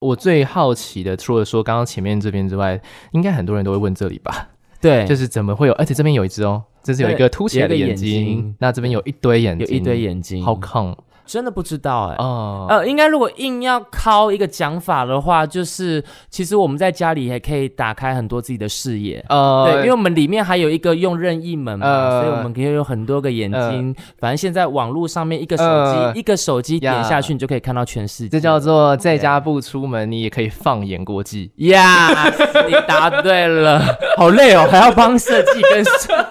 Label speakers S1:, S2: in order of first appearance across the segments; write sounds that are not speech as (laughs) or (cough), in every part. S1: 我最好奇的，除了说刚刚前面这边之外，应该很多人都会问这里吧？(laughs)
S2: 对，
S1: 就是怎么会有？而且这边有一只哦，这是有一个凸起来的
S2: 有一
S1: 眼
S2: 个
S1: 睛，
S2: 眼睛
S1: 那这边有一堆眼
S2: 有
S1: 睛，
S2: 一堆眼睛，
S1: 好看
S2: 真的不知道哎、
S1: 哦。
S2: 呃，应该如果硬要靠一个讲法的话，就是其实我们在家里也可以打开很多自己的视野。
S1: 呃，
S2: 对，因为我们里面还有一个用任意门嘛，
S1: 呃
S2: 所以我们可以有很多个眼睛。反正现在网络上面一个手机、
S1: 呃
S2: 一个手机
S1: 呀
S2: 点下去，你就可以看到全世界。 (laughs)
S1: 这叫做在家不出门，你也可以放眼国际。
S2: 呀你答对了， (laughs) 好累哦，还要帮设 (laughs) 计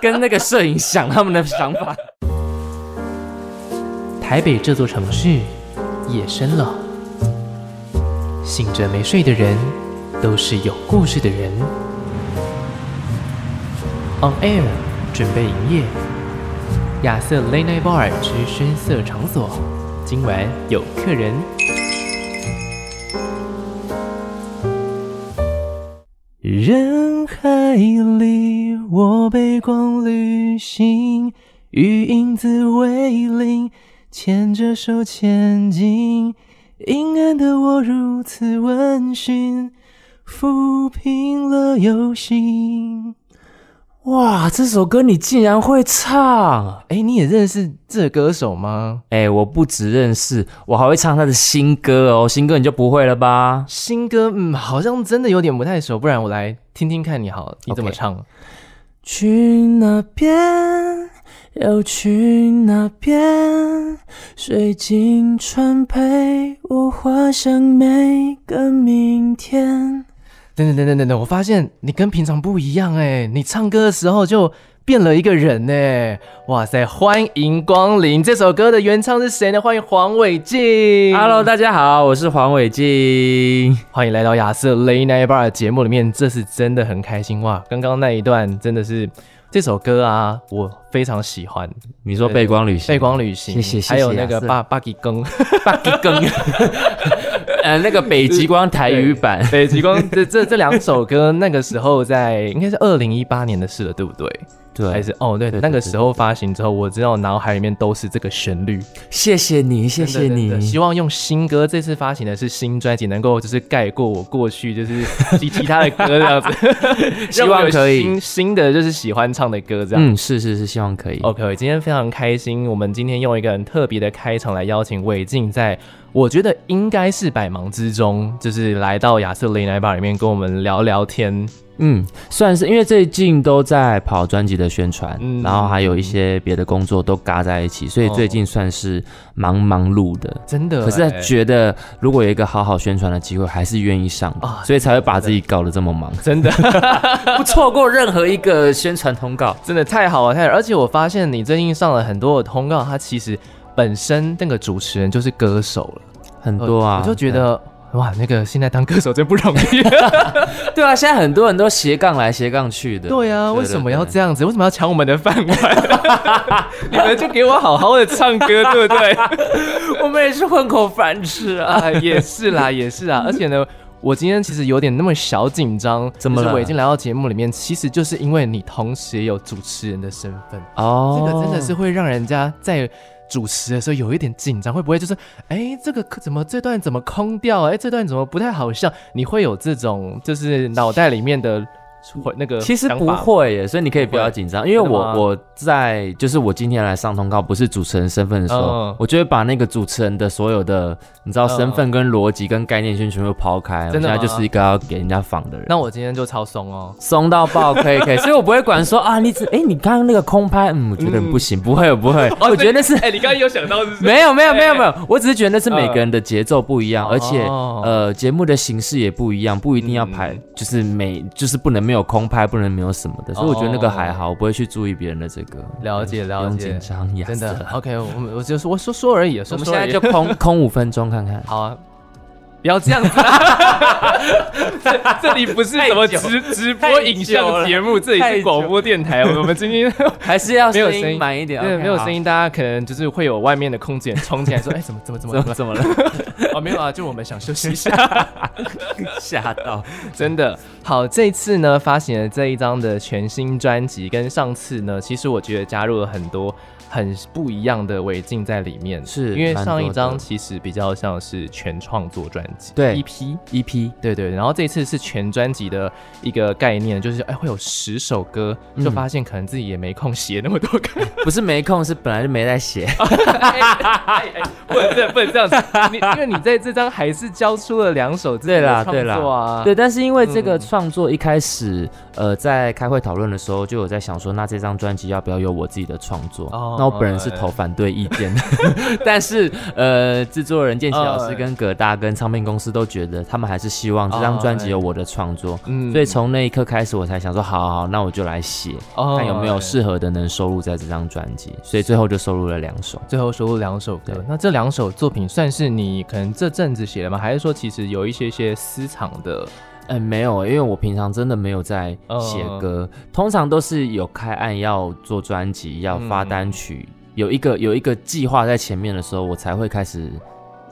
S2: 跟跟那个摄影想他们的想法。
S1: 台北这座城市，夜深了，醒着没睡的人，都是有故事的人。On Air 准备营业，亚瑟 Late Night Bar 之深色场所，今晚有客人。人海里，我被光旅行，与影子为邻，牵着手前进。阴暗的我如此温驯，抚平了忧心。
S2: 哇，这首歌你竟然会唱！
S1: 哎，你也认识这个歌手吗？
S2: 哎、我不只认识，我还会唱他的新歌哦。新歌你就不会了吧？
S1: 新歌，嗯，好像真的有点不太熟，不然我来听听看你好了，你怎么
S2: OK
S1: 唱
S2: 去那边，要去那边，水晶船陪我滑向每个明天。
S1: 等等等等等等，我发现你跟平常不一样哎，你唱歌的时候就变了一个人哎，哇塞，欢迎光临！这首歌的原唱是谁呢？欢迎黄伟晋
S2: Hello，大家好，我是黄伟晋。
S1: 欢迎来到亚瑟雷奈巴的节目里面，这是真的很开心哇！刚刚那一段真的是这首歌啊，我非常喜欢《
S2: 你说背光旅行，
S1: 背光旅行》，
S2: 谢谢谢谢
S1: 还有那个
S2: 亚瑟
S1: 巴巴吉更
S2: 八吉
S1: (laughs)
S2: 更，呃，那个北极光台语版，
S1: (laughs) 北极光这这这两首歌，那个时候在应该是二零一八年的事了，对不对？还
S2: 对，
S1: 是哦，对，
S2: 对对
S1: 那个
S2: 对
S1: 时候发行之后，我知道脑海里面都是这个旋律。
S2: 谢谢你，谢谢
S1: 真的真的希
S2: 你。
S1: 望用新歌，这次发行的是新专辑，能够就是盖过我过去就是
S2: (laughs)
S1: 及其他的歌这样子，
S2: 希望可以
S1: 让我有新新的就是喜欢唱的歌这样。
S2: 嗯，是是是，希望可以。
S1: OK，今天非常开心，我们今天用一个很特别的开场来邀请韦静，在我觉得应该是百忙之中，就是来到亚瑟雷奶吧里面跟我们聊聊天。
S2: 嗯，算是因为最近都在跑专辑的宣传，
S1: 嗯
S2: 然后还有一些别的工作都嘎在一起，所以
S1: 哦
S2: 最近算是忙忙碌的。
S1: 真的欸、
S2: 可是觉得如果有一个好好宣传的机会，还是愿意上的
S1: 啊
S2: 所以才会把自己搞得这么忙，
S1: (laughs) 真的。
S2: 哦不错过任何一个宣传通告。
S1: 真的太好了，太好了！而且我发现你最近上了很多的通告，他其实本身那个主持人就是歌手了，
S2: 很多啊，
S1: 我就觉得哇，那个现在当歌手真不容易。
S2: 对对啊，现在很多人都斜杠来斜杠去的。
S1: 对啊，为什么要
S2: 对
S1: 这样子？为什么要抢我们的饭碗？
S2: (laughs)
S1: 你们就给我好好的唱歌，对不对？
S2: 我们也是混口饭吃啊。
S1: 啊，也是啦，也是啊，而且呢。我今天其实有点那么小紧张，
S2: 怎么
S1: 就是
S2: 了
S1: 我已经来到节目里面，其实就是因为你同时也有主持人的身份，
S2: 哦，
S1: 这个真的是会让人家在主持的时候有一点紧张，会不会就是，哎，这个可怎么这段怎么空掉？哎，这段怎么不太好笑？你会有这种就是脑袋里面的会那个
S2: 其实
S1: 想
S2: 不
S1: 法
S2: 会耶，所以你可以不要紧张，因为
S1: 真的
S2: 我
S1: 吗
S2: 我在就是我今天来上通告不是主持人身份的时候，
S1: 嗯
S2: 我就会把那个主持人的所有的你知道
S1: 嗯
S2: 身份跟逻辑跟概念圈全部抛开，我
S1: 真
S2: 现
S1: 的吗
S2: 在就是一个要给人家仿的人。
S1: 那我今天就超松哦，
S2: 松到爆，可以可以，所以我不会管说啊，你只哎、你刚刚那个空拍，嗯，我觉得
S1: 嗯
S2: 不行，不会不会，我觉得那是
S1: 哎，你刚刚有想到是不？
S2: 没有没有没有没有，我只是觉得那是每个人的节奏不一样，
S1: 嗯
S2: 而且
S1: 哦
S2: 呃节目的形式也不一样，不一定要排，
S1: 嗯
S2: 就是每就是不能没有空拍，不能没有什么的，所以我觉得那个还好，我不会去注意别人的这个。
S1: 了解
S2: 嗯不
S1: 了
S2: 用
S1: 解
S2: 紧，张，亚瑟
S1: 真的。OK，我们我就是我说说而已，
S2: 我
S1: 说
S2: 们
S1: 说
S2: 现
S1: 而
S2: 在
S1: 已
S2: 就空空五分钟看看。
S1: 好啊。不要这样子、啊， (laughs) 这这里不是什么直直播影像节目，这里
S2: 太
S1: 是
S2: 久
S1: 广播电台。我们今天
S2: 还是要
S1: 没有声
S2: 啊声
S1: 音
S2: 音满一点，
S1: 对，
S2: OK，
S1: 没有
S2: 好
S1: 声。音，大家可能就是会有外面的空姐冲进来
S2: (laughs)
S1: 说：“哎，怎么怎么 (laughs) 怎么
S2: 怎么
S1: 了
S2: 怎么了？？”
S1: 哦，没有啊，就我们想休息一下，
S2: (laughs) 吓到！
S1: 真的。好，这次呢发行了这一张的全新专辑，跟上次呢，其实我觉得加入了很多很不一样的尾劲在里面，
S2: 是
S1: 因为
S2: 蛮
S1: 上一
S2: 多
S1: 张
S2: 的
S1: 其实比较像是全创作专辑，
S2: 对
S1: ，EP，
S2: EP
S1: 对对，然后这一次是全专辑的一个概念，就是哎会有十首歌，就
S2: 嗯
S1: 发现可能自己也没空写那么多歌，
S2: 不是没空，是本来就没在写。
S1: (laughs) 不能这不能这样子，你因为你在这张还是交出了两首自己
S2: 对啦
S1: 的创
S2: 对啦
S1: 作啊，
S2: 对，但是因为这
S1: 嗯
S2: 个
S1: 嗯
S2: 创作一开始，呃，在开会讨论的时候，就有在想说，那这张专辑要不要有我自己的创作？
S1: 哦
S2: 那我本人是投反对意见的，但是呃，制作人建奇老
S1: 哎
S2: 师跟葛大跟唱片公司都觉得，他们还是希望这张专辑有我的创作。
S1: 嗯
S2: 所以从那一刻开始，我才想说，好好好，那我就来写，
S1: 哦
S2: 看有没有
S1: 哎
S2: 适合的能收录在这张专辑。所以最后就收录了两首。
S1: 最后收录两首歌
S2: 对。
S1: 那这两首作品算是你可能这阵子写的吗？还是说其实有一些些私藏的？
S2: 哎、没有，因为我平常真的没有在写歌，通常都是有开案要做专辑、要发单曲，有一个有一个计划在前面的时候，我才会开始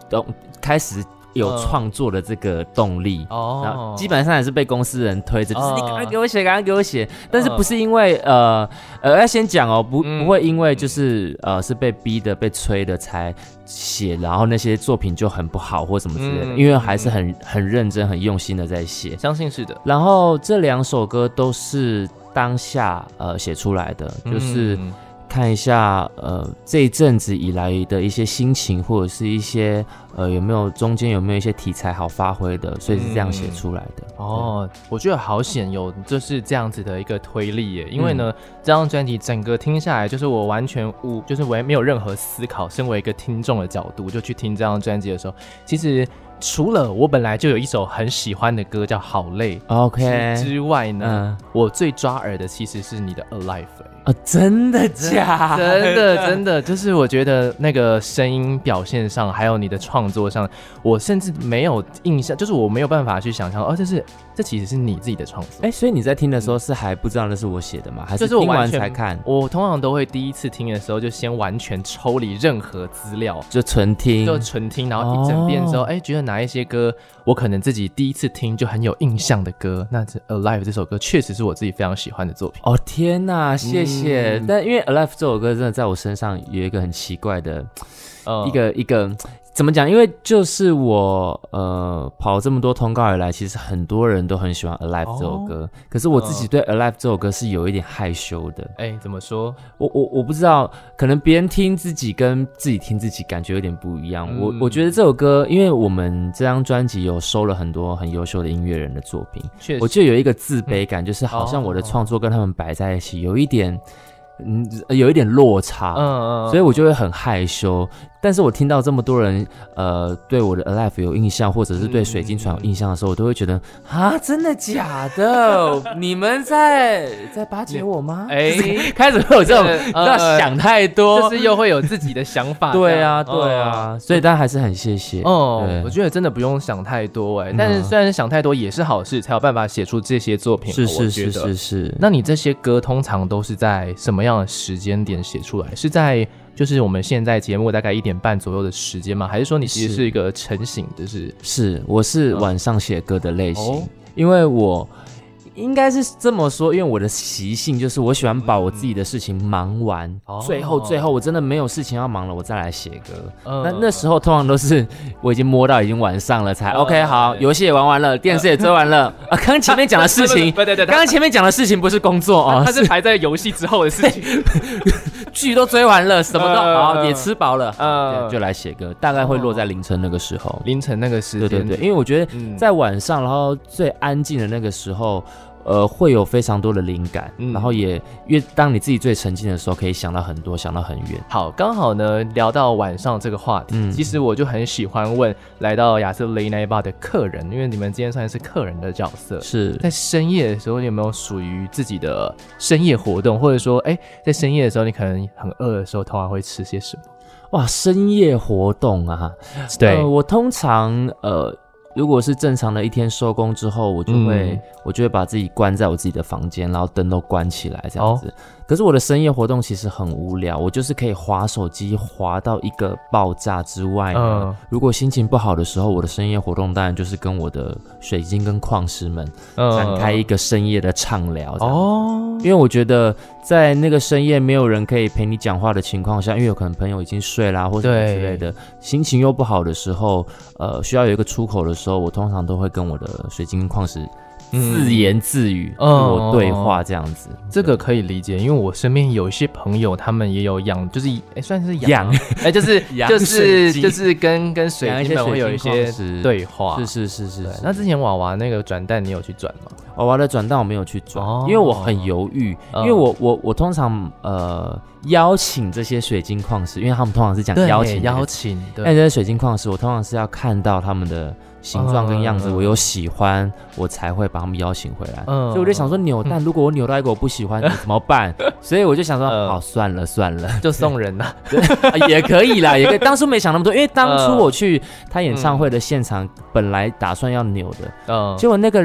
S2: 动，开始有
S1: 嗯
S2: 创作的这个动力。然后
S1: 哦
S2: 基本上也是被公司人推着，就是你赶快
S1: 嗯
S2: 给我写，赶快给我写。但是
S1: 嗯
S2: 不是因为呃呃要先讲哦，不
S1: 嗯
S2: 不会因为就是呃是被逼的、被催的才写，然后那些作品就很不好或什么之类的，
S1: 嗯
S2: 因为还是很很认真、很用心的在写。
S1: 相信是的，
S2: 然后这两首歌都是当下呃写出来的，就是
S1: 嗯
S2: 看一下呃这一阵子以来的一些心情，或者是一些呃有没有中间有没有一些题材好发挥的，所以是这
S1: 嗯
S2: 样写出来的。
S1: 哦，我觉得好险有就是这样子的一个推力耶，因为
S2: 嗯
S1: 呢，这张专辑整个听下来，就是我完全无，就是我也没有任何思考，身为一个听众的角度就去听这张专辑的时候，其实除了我本来就有一首很喜欢的歌叫《好累》之
S2: ，OK，
S1: 之外呢，
S2: 嗯，
S1: 我最抓耳的其实是你的《Alive》耶。欸
S2: 啊，真的假？
S1: 真的，真的，就是我觉得那个声音表现上，还有你的创作上，我甚至没有印象，就是我没有办法去想象，哦，这是这其实是你自己的创作。
S2: 哎，所以你在听的时候是还不知道那是我写的吗？还
S1: 就是是我
S2: 听完
S1: 全
S2: 才看，
S1: 我通常都会第一次听的时候就先完全抽离任何资料，
S2: 就纯听？
S1: 就纯听，然后一整遍之
S2: 哦
S1: 后，哎、觉得哪一些歌我可能自己第一次听就很有印象的歌，那这《Alive》这首歌确实是我自己非常喜欢的作品。
S2: 哦天呐，谢
S1: 嗯
S2: 谢！但因为《Alive》这首歌真的在我身上有一个很奇怪的
S1: 呃
S2: 一个一个怎么讲？因为就是我呃跑这么多通告以来，其实很多人都很喜欢《Alive》这首
S1: 哦
S2: 歌，可是我自己对《Alive》这首歌是有一点害羞的。
S1: 哎、怎么说？
S2: 我我我不知道，可能别人听自己跟自己听自己感觉有点不一样。我
S1: 嗯
S2: 我觉得这首歌，因为我们这张专辑有收了很多很优秀的音乐人的作品，
S1: 确
S2: 我
S1: 实，嗯
S2: 就有一个自卑感，就是好像我的
S1: 哦
S2: 创作跟他们摆在一起，有一点，嗯，有一点落差。
S1: 嗯
S2: 所以我就会很害羞。但是我听到这么多人，呃，对我的 Alive 有印象，或者是对水晶船有印象的时候，我都会觉得啊，真的假
S1: (laughs)
S2: 的？你们在在巴结我吗？
S1: 哎
S2: 就是开始会有这种，
S1: 呃
S2: 你不要
S1: 呃
S2: 想太多
S1: 就。是又会有自己的想 (laughs) 法。
S2: 对啊，
S1: 这样
S2: 对。啊，所以大家还是很谢谢。
S1: 哦，
S2: 对
S1: 我觉得真的不用想太多哎、
S2: 嗯啊
S1: 但是虽然想太多也是好事，才有办法写出这些作品。
S2: 是
S1: 我
S2: 是
S1: 觉得
S2: 是是。是。
S1: 那你这些歌通常都是在什么样的时间点写出来？是在就是我们现在节目大概一点半左右的时间吗？还是说你其实
S2: 是
S1: 是一个成型，就是
S2: 是，我是
S1: 嗯
S2: 晚上写歌的类型，
S1: 哦
S2: 因为我应该是这么说，因为我的习性就是我喜欢把我自己的事情忙完，
S1: 哦
S2: 最后最后我真的没有事情要忙了，我再来写歌。
S1: 嗯
S2: 那那时候通常都是我已经摸到已经晚上了才、
S1: 嗯
S2: OK，好，
S1: 对
S2: 游戏也玩完了，电视也追完
S1: (laughs)
S2: 了。啊，刚前面讲的事情，
S1: 对对对， (laughs)
S2: 刚
S1: 他
S2: 刚前面讲的事情不是工作哦，
S1: (laughs) 啊他是排在游戏之后的 (laughs) 事情。
S2: 剧都追完了，什么都
S1: 嗯嗯嗯
S2: 好，
S1: 嗯
S2: 也吃饱了，
S1: 嗯哦
S2: 对就来写歌，大概会落在凌晨那个时候。
S1: 凌晨那个时
S2: 对
S1: 间
S2: 对
S1: 点，
S2: 对，因为我觉得
S1: 嗯
S2: 在晚上，然后最安静的那个时候，呃，会有非常多的灵感，
S1: 嗯
S2: 然后也越当你自己最沉浸的时候，可以想到很多，想到很远。
S1: 好，刚好呢聊到晚上这个话题，
S2: 嗯
S1: 其实我就很喜欢问来到亚瑟雷奈巴的客人，因为你们今天算是客人的角色，
S2: 是，
S1: 在深夜的时候你有没有属于自己的深夜活动，或者说，哎、在深夜的时候你可能很饿的时候，通常会吃些什
S2: (laughs)
S1: 么？
S2: 哇，深夜活动啊，
S1: 对，
S2: 呃我通常呃。如果是正常的一天收工之后，我就会、
S1: 嗯
S2: 我就会把自己关在我自己的房间，然后灯都关起来这样
S1: 哦
S2: 子。可是我的深夜活动其实很无聊，我就是可以划手机划到一个爆炸之外呢，
S1: 嗯
S2: 如果心情不好的时候，我的深夜活动当然就是跟我的水晶跟矿石们
S1: 嗯
S2: 展开一个深夜的畅聊。哦，
S1: 哦
S2: 因为我觉得在那个深夜没有人可以陪你讲话的情况下，因为有可能朋友已经睡啦，或者
S1: 对
S2: 之类的，心情又不好的时候，呃，需要有一个出口的时候，我通常都会跟我的水晶矿石自言自语，
S1: 嗯
S2: 跟我对话这样子。
S1: 这个可以理解，因为我身边有一些朋友，他们也有养，就是哎，算是养
S2: 养
S1: 吗，哎，就是
S2: (laughs) 养
S1: 就
S2: 水
S1: 是
S2: 晶
S1: 就是跟跟水
S2: 养一
S1: 晶
S2: 些
S1: 们会有
S2: 水
S1: 一
S2: 晶矿
S1: 些
S2: 石，
S1: 对话
S2: 是。是是是
S1: 对
S2: 是，
S1: 那之前娃娃那个转蛋，你有去转吗？
S2: 娃娃的转，但我没有去转，
S1: 哦
S2: 因为我很犹豫，
S1: 嗯
S2: 因为我我我通常呃邀请这些水晶矿石，因为他们通常是讲邀请
S1: 邀
S2: 请，
S1: 请，哎
S2: 但
S1: 对，
S2: 这些水晶矿石，我通常是要看到他们的形状跟样子，
S1: 嗯
S2: 我有喜欢，我才会把他们邀请回来。
S1: 嗯
S2: 所以我就想说扭蛋，如果我扭到一个我不喜欢的怎么办？所以我就想
S1: (laughs)
S2: 说，
S1: 嗯
S2: 好算了算了， (laughs)
S1: 就送人了。
S2: 啊也可以啦，也可以。当初没想那么多，因为当初
S1: 嗯
S2: 我去他演唱会的现场，本来打算要扭的，
S1: 嗯，
S2: 结果那个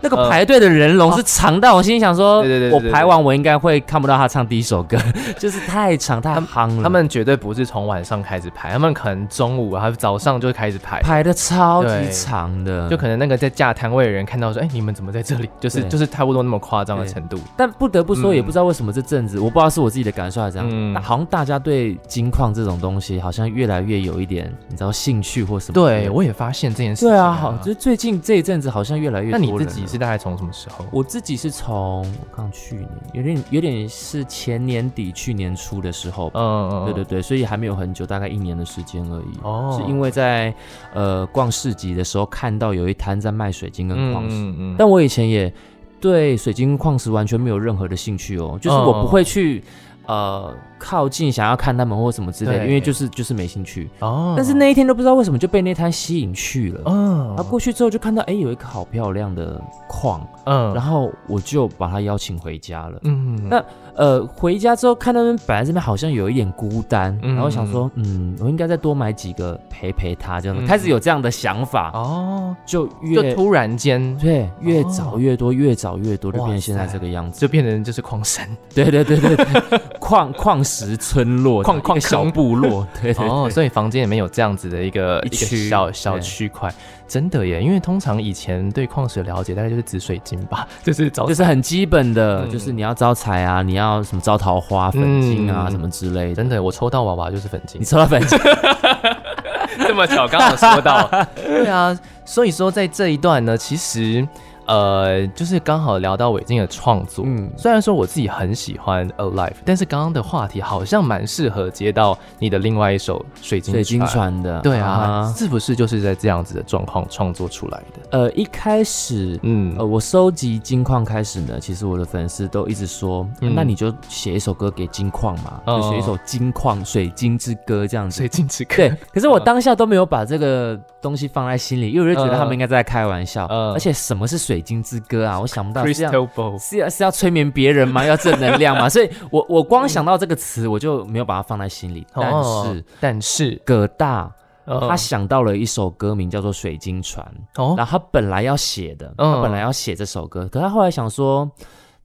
S2: 那
S1: 呃
S2: 个排队的人龙是长到，我心里想说，
S1: 对对对对
S2: 我
S1: 对
S2: 排完我应该会看不到他唱第一首歌， (laughs) 就是太长太夯了。
S1: 他们绝对不是从晚上开始排，他们可能中午还有早上就开始排，
S2: 排的超级
S1: 对
S2: 长的，
S1: 就可能那个在架摊位的人看到说，哎，你们怎么在这里？就是
S2: 对
S1: 就是差不多那么夸张的
S2: 对
S1: 程度。
S2: 但不得不说，
S1: 嗯
S2: 也不知道为什么这阵子，我不知道是我自己的感受还是怎样，
S1: 嗯
S2: 好像大家对金矿这种东西好像越来越有一点，你知道兴趣或什么。
S1: 对，我也发现这件事情。
S2: 对啊，好，就是最近这一阵子好像越来越
S1: 那
S2: 多
S1: 你自
S2: 人
S1: 己
S2: 了
S1: 是大概从什么时候？
S2: 我自己是从我看去年，有点有点是前年底去年初的时候吧。
S1: 嗯嗯，
S2: 对对对，所以还没有很久，大概一年的时间而已。
S1: 哦
S2: 是因为在呃逛市集的时候看到有一摊在卖水晶跟矿石，
S1: 嗯
S2: 但我以前也对水晶矿石完全没有任何的兴趣哦，
S1: 嗯
S2: 就是我不会去、呃靠近想要看他们或什么之类的，
S1: 对
S2: 因为就是就是没兴趣。
S1: 哦，
S2: 但是那一天都不知道为什么就被那摊吸引去了。
S1: 嗯
S2: 然后过去之后就看到，哎，有一个好漂亮的矿，
S1: 嗯
S2: 然后我就把他邀请回家了。
S1: 嗯
S2: 那呃，回家之后看到那边本来这边好像有一点孤单，
S1: 嗯
S2: 然后想说，嗯，我应该再多买几个陪陪他，这样子、
S1: 嗯
S2: 开始有这样的想法，
S1: 哦，
S2: 就
S1: 就
S2: 越
S1: 突然间
S2: 对越
S1: 哦
S2: 找越多，越找越多，就
S1: 哇
S2: 变成现在
S1: 塞
S2: 这个样子。
S1: 就变成就是狂神
S2: 对对对对对， (laughs) 矿矿石村落，
S1: 矿
S2: 一个
S1: 矿
S2: 小
S1: 坑
S2: 部落，对对
S1: 哦，所以房间里面有这样子的一个
S2: 一
S1: 一个
S2: 区
S1: 小
S2: 对
S1: 小区块，真的耶！因为通常以前对矿石的了解大概就是紫水晶吧， (laughs) 就是早
S2: 就是很基本的，
S1: 嗯
S2: 就是你要招财啊，你要什么招桃花、粉晶啊、
S1: 嗯
S2: 什么之类的。
S1: 真的我抽到娃娃就是粉晶
S2: 你，抽到粉晶，
S1: 这么巧，刚好说到。 (laughs) 对啊，所以说在这一段呢，其实呃，就是刚好聊到韦静的创作。
S2: 嗯，
S1: 虽然说我自己很喜欢《Alive》，但是刚刚的话题好像蛮适合接到你的另外一首《水晶
S2: 水晶
S1: 船》。
S2: 船的，
S1: 对啊
S2: 哈，
S1: 是不是就是在这样子的状况创作出来的？
S2: 呃，一开始。
S1: 嗯，
S2: 呃，我收集金矿开始呢，其实我的粉丝都一直说，啊
S1: 嗯
S2: 那你就写一首歌给金矿嘛，
S1: 哦
S2: 就写一首金矿水晶之歌这样子。
S1: 水晶之歌。
S2: (laughs) 对，可是我当下都没有把这个东西放在心里，因为我就觉得他们应该在开玩笑。
S1: 嗯
S2: 而且什么是水晶之歌啊？我想不到是要
S1: Crystal Ball。
S2: 是要是要催眠别人吗？要正能
S1: (laughs)
S2: 量吗？所以我我光想到这个词，我就没有把它放在心里。但
S1: 哦
S2: 是
S1: 但是，
S2: 葛大
S1: 呃
S2: 他想到了一首歌名叫做《水晶船》，
S1: 哦，
S2: 然后他本来要写的，
S1: 嗯
S2: 他本来要写这首歌，可他后来想说，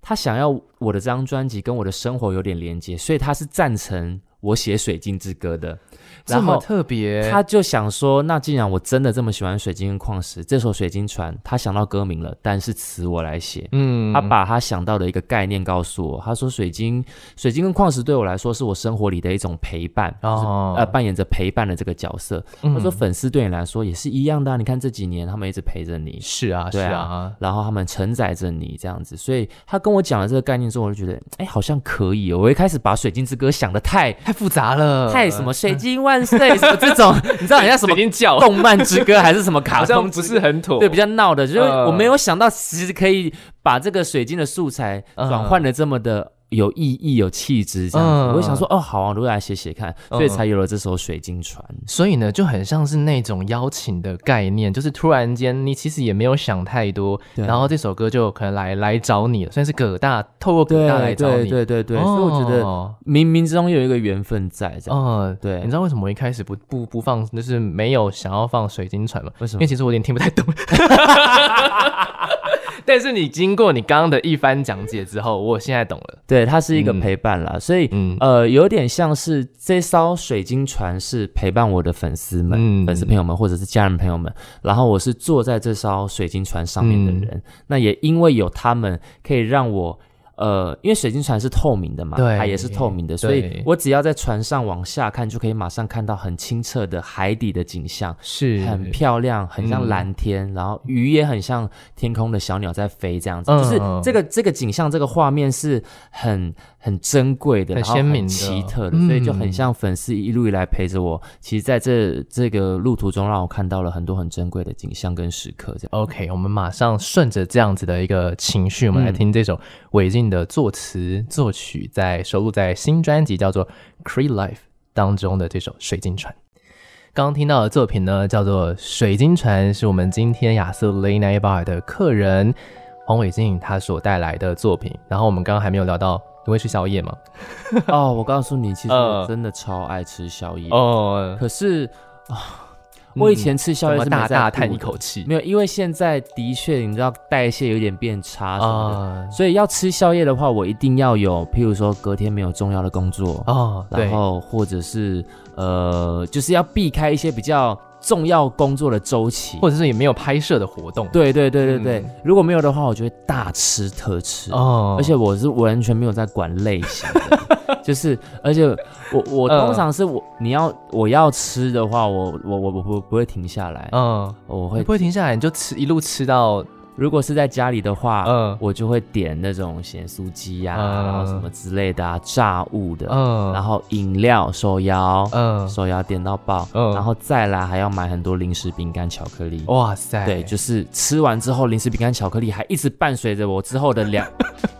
S2: 他想要我的这张专辑跟我的生活有点连接，所以他是赞成我写《水晶之歌》的。
S1: 这
S2: 然
S1: 么
S2: 后
S1: 特别，
S2: 他就想说，那既然我真的这么喜欢水晶跟矿石，这首《水晶船》，他想到歌名了，但是词我来写。
S1: 嗯
S2: 他把他想到的一个概念告诉我，他说水晶、水晶跟矿石对我来说是我生活里的一种陪伴，就是
S1: 哦嗯
S2: 呃，扮演着陪伴的这个角色。
S1: 他
S2: 他说粉丝对你来说也是一样的啊、你看这几年他们一直陪着你，
S1: 是啊，是
S2: 对啊
S1: 啊，
S2: 然后他们承载着你这样子，所以他跟我讲了这个概念之后，我就觉得，哎，好像可以、哦。我一开始把《水晶之歌》想的太
S1: 太复杂了，
S2: 太什么水晶万岁什么这种，你知道人家什么
S1: 嗯水晶叫
S2: 动漫之歌还是什么
S1: 好
S2: 卡
S1: 像
S2: 通
S1: 不
S2: 之
S1: 是很妥，
S2: 对，比较闹的，就是
S1: 呃
S2: 我没有想到，其实可以把这个水晶的素材
S1: 嗯
S2: 转换的这么的有意义、有气质这样子。
S1: 嗯
S2: 我就想说，哦，好啊，我来写写看，所以
S1: 嗯
S2: 才有了这首《水晶船》。
S1: 所以呢，就很像是那种邀请的概念，就是突然间你其实也没有想太多，
S2: 对
S1: 然后这首歌就可能来来找你了，算是葛大透过葛大来
S2: 对
S1: 找
S2: 对
S1: 你，
S2: 对对对，所以我觉得
S1: 哦
S2: 冥冥之中有一个缘分在这样。
S1: 哦，
S2: 对
S1: 你知道为什么我一开始不不不放，就是没有想要放水晶船吗？
S2: 为什
S1: 因
S2: 么
S1: 为？其实我有点听不太懂。 (laughs) 但是你经过你刚刚的一番讲解之后，我现在懂了。
S2: 对，它是一个
S1: 嗯
S2: 陪伴啦，所以
S1: 嗯
S2: 呃，有点像是这艘水晶船是陪伴我的粉丝们、
S1: 嗯
S2: 粉丝朋友们或者是家人朋友们，然后我是
S1: 嗯
S2: 坐在这艘水晶船上面的人，那也因为有他们，可以让我。呃，因为水晶船是透明的嘛，
S1: 对
S2: 海也是透明的，所以我只要在船上往下看，就可以马上看到很清澈的海底的景象，
S1: 是
S2: 很漂亮，很
S1: 嗯
S2: 像蓝天，然后鱼也很像天空的小鸟在飞，这样子，
S1: 嗯
S2: 就是这个这个景象，这个画面是很很珍贵的，
S1: 很
S2: 然后
S1: 鲜明的
S2: 奇特的，
S1: 嗯
S2: 所以就很像粉丝一路以来陪着我。其实在这这个路途中，让我看到了很多很珍贵的景象跟时刻，
S1: (laughs)
S2: 这样。
S1: OK，我们马上顺着这样子的一个情绪，我们来
S2: 嗯
S1: 听这首韦静的作词作曲，在收录在新专辑叫做《Cree Life》当中的这首《水晶船》。刚刚听到的作品呢，叫做《水晶船》，是我们今天亚瑟 Late Night Bar 的客人黄伟静他所带来的作品。然后我们刚刚还没有聊到，你会吃宵夜吗？
S2: 哦，我告诉你，其实
S1: 呃
S2: 我真的超爱吃宵夜，
S1: 哦，
S2: 可是啊，我以前吃宵
S1: 我
S2: 夜
S1: 们
S2: 是没
S1: 大
S2: 在
S1: 大
S2: 顾
S1: 叹一
S2: 的，
S1: 口气
S2: 没有，因为现在的确你知道代谢有点变差什么的。
S1: 啊
S2: 所以要吃宵夜的话，我一定要有，譬如说隔天没有重要的工作，
S1: 哦，对
S2: 然，后或者是呃，就是要避开一些比较重要工作的周期。
S1: 或者是也没有拍摄的活动，
S2: 对对对对对，
S1: 嗯
S2: 如果没有的话，我就会大吃特吃。
S1: 哦，
S2: 而且我是完全没有在管类型的，
S1: (laughs)
S2: 就是而且我我
S1: 嗯
S2: 通常是我、你要我要吃的话，我我我我不不会停下来，
S1: 嗯。
S2: 我
S1: 你
S2: 会
S1: 不会停下来，你就吃一路吃到
S2: 如果是在家里的话，
S1: 嗯
S2: 我就会点那种咸酥鸡呀、
S1: 嗯
S2: 然后什么之类的啊，炸物的，
S1: 嗯，
S2: 然后饮料手摇，
S1: 嗯
S2: 手摇点到爆，
S1: 嗯哦
S2: 然后再来还要买很多零食、饼干、巧克力。
S1: 哇塞，
S2: 对，就是吃完之后，零食、饼干、巧克力还一直伴随着我之后的两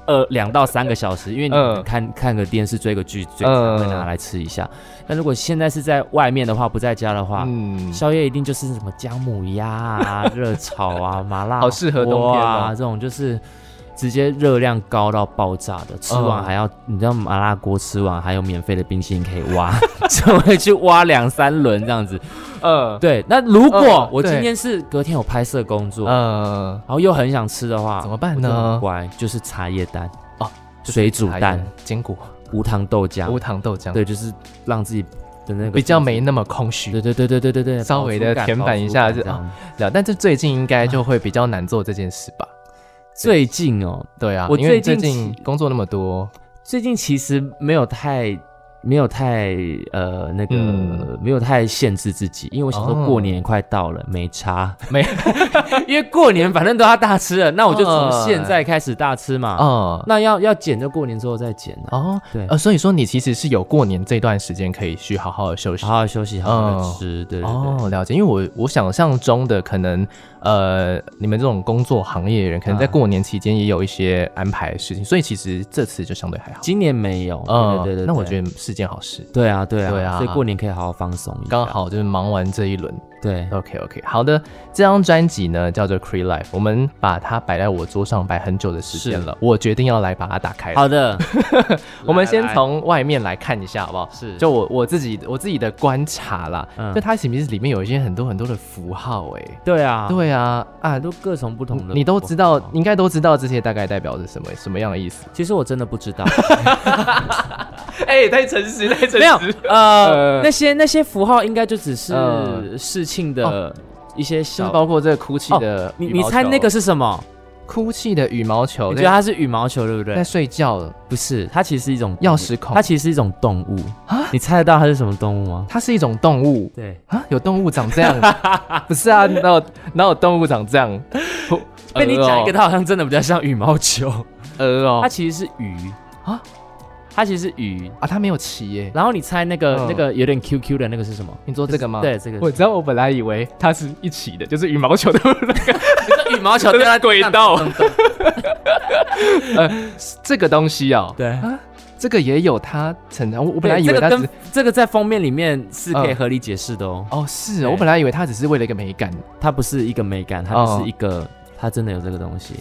S2: 呃两到三个小时，因为
S1: 嗯
S2: 你看、看个电视、追个剧，最常会拿来吃一下。那如果现在是在外面的话，不在家的话，
S1: 嗯，
S2: 宵夜一定就是什么姜母鸭啊、热炒啊、麻
S1: (laughs)
S2: 辣、
S1: 好适合冬天哦
S2: 啊，这种就是直接热量高到爆炸的，吃完还要、你知道麻辣锅吃完还有免费的冰淇淋可以
S1: (laughs)
S2: 挖，就会去挖两三轮这样子。
S1: 呃
S2: 对，那如果
S1: 嗯
S2: 我今
S1: 对
S2: 天是隔天有拍摄工作，
S1: 呃，
S2: 然后又很想吃的话，
S1: 怎么办
S2: 我就很
S1: 呢？
S2: 乖，就是茶叶蛋
S1: 哦，
S2: 水煮
S1: 茶
S2: 蛋
S1: 叶、、坚果、
S2: 无糖豆浆
S1: 无，糖豆浆，，
S2: 对，就是让自己的那个
S1: 比较
S2: 身体
S1: 没那么空虚
S2: 对对对对对对对，
S1: 稍微地
S2: 饱足感
S1: 填满一下就哦
S2: 饱足感这样
S1: 了。但是最近应该就会比较难做这件事吧？
S2: 最近哦，
S1: 对啊，
S2: 我
S1: 因为最
S2: 最近
S1: 近
S2: 起
S1: 工作那么多，
S2: 最近其实没有太没有太呃那个、
S1: 嗯
S2: 没有太限制自己，因为我想
S1: 哦
S2: 说过年快到了，
S1: (laughs)
S2: 没差，
S1: 没
S2: 因为过年反正都要大吃了，那我就从
S1: 哦
S2: 现在开始大吃嘛。
S1: 哦
S2: 那要要减就过年之后再减啊，
S1: 哦
S2: 对，
S1: 呃，所以说你其实是有过年这段时间可以去好好的休息
S2: 好。好休息，好好
S1: 哦
S2: 地吃，对对对。
S1: 哦，了解，因为我我想象中的可能，呃，你们这种工作行业的人，可能在
S2: 啊
S1: 过年期间也有一些安排的事情，所以其实这次就相对还好。
S2: 今年没有，
S1: 嗯，
S2: 对对对对，
S1: 那我觉
S2: 得
S1: 得是件好事。
S2: 对啊对啊
S1: 对啊
S2: 所以过年可以好好放松一下，
S1: 刚好就是忙完这一轮
S2: 对，
S1: ，OK OK，好的，这张专辑呢叫做《Cree Life》，我们把它摆在我桌上摆很久的时间
S2: 是
S1: 了，我决定要来把它打开了。
S2: 好的，
S1: 我们先
S2: 来来
S1: 从外面来看一下，好不好？
S2: 是
S1: 就我我自己我自己的观察啦，
S2: 嗯
S1: 就它其实里面有一些很多很多的符号、哎、
S2: 对啊，
S1: 对啊，啊
S2: 很，多各种不同的，哦
S1: 你都知道，你应该都知道这些大概代表着什么什么样的意
S2: (laughs)
S1: 思。
S2: 其实我真的不知道，
S1: 哎、太诚实，太诚实
S2: 没有，
S1: 呃
S2: 呃，那些那些符号应该就只是
S1: 嗯
S2: 事情的一些
S1: 就
S2: 小
S1: 是。包括这个哭泣的、
S2: 哦你你猜那个是什么？
S1: 哭泣的羽毛球，
S2: 你觉得它是羽毛球对不
S1: 在在
S2: 对？
S1: 睡觉了，
S2: 不是，它其实是一种
S1: 钥匙孔
S2: 它其实是一种动物
S1: 啊。
S2: 你猜得到它是什么动物吗？
S1: 它是一种动物
S2: 对，
S1: 啊，有动物长这
S2: (laughs)
S1: 样？不是啊，哪有哪有动物长这样？
S2: 被你讲一
S1: 鹅
S2: 个，
S1: 哦
S2: 它好像真的比较像羽毛球。
S1: 鹅
S2: 它
S1: 哦
S2: 其实是鱼
S1: 啊
S2: 啊，它其实是鱼。
S1: 啊，它没有鳍耶。
S2: 然后你猜那个
S1: 嗯
S2: 那个有点 QQ 的那个是什么？
S1: 你说这个吗？
S2: 对，，这个
S1: 我知道，我本来以为它是一起的，就是羽毛球的 (laughs)
S2: (laughs) 羽毛球掉在
S1: 轨道
S2: 地上咚咚咚
S1: 这个东西哦。
S2: 对，
S1: 这个也有它成长，我我本来
S2: 对
S1: 以为
S2: 这
S1: 它
S2: 个
S1: 只
S2: 跟这个在封面里面是可以
S1: 嗯
S2: 合理解释的哦。
S1: 哦是
S2: 对
S1: 哦，我本来以为它只是为了一个美感，
S2: 它不是一个美感，它
S1: 哦
S2: 不是一个，它真的有这个东西，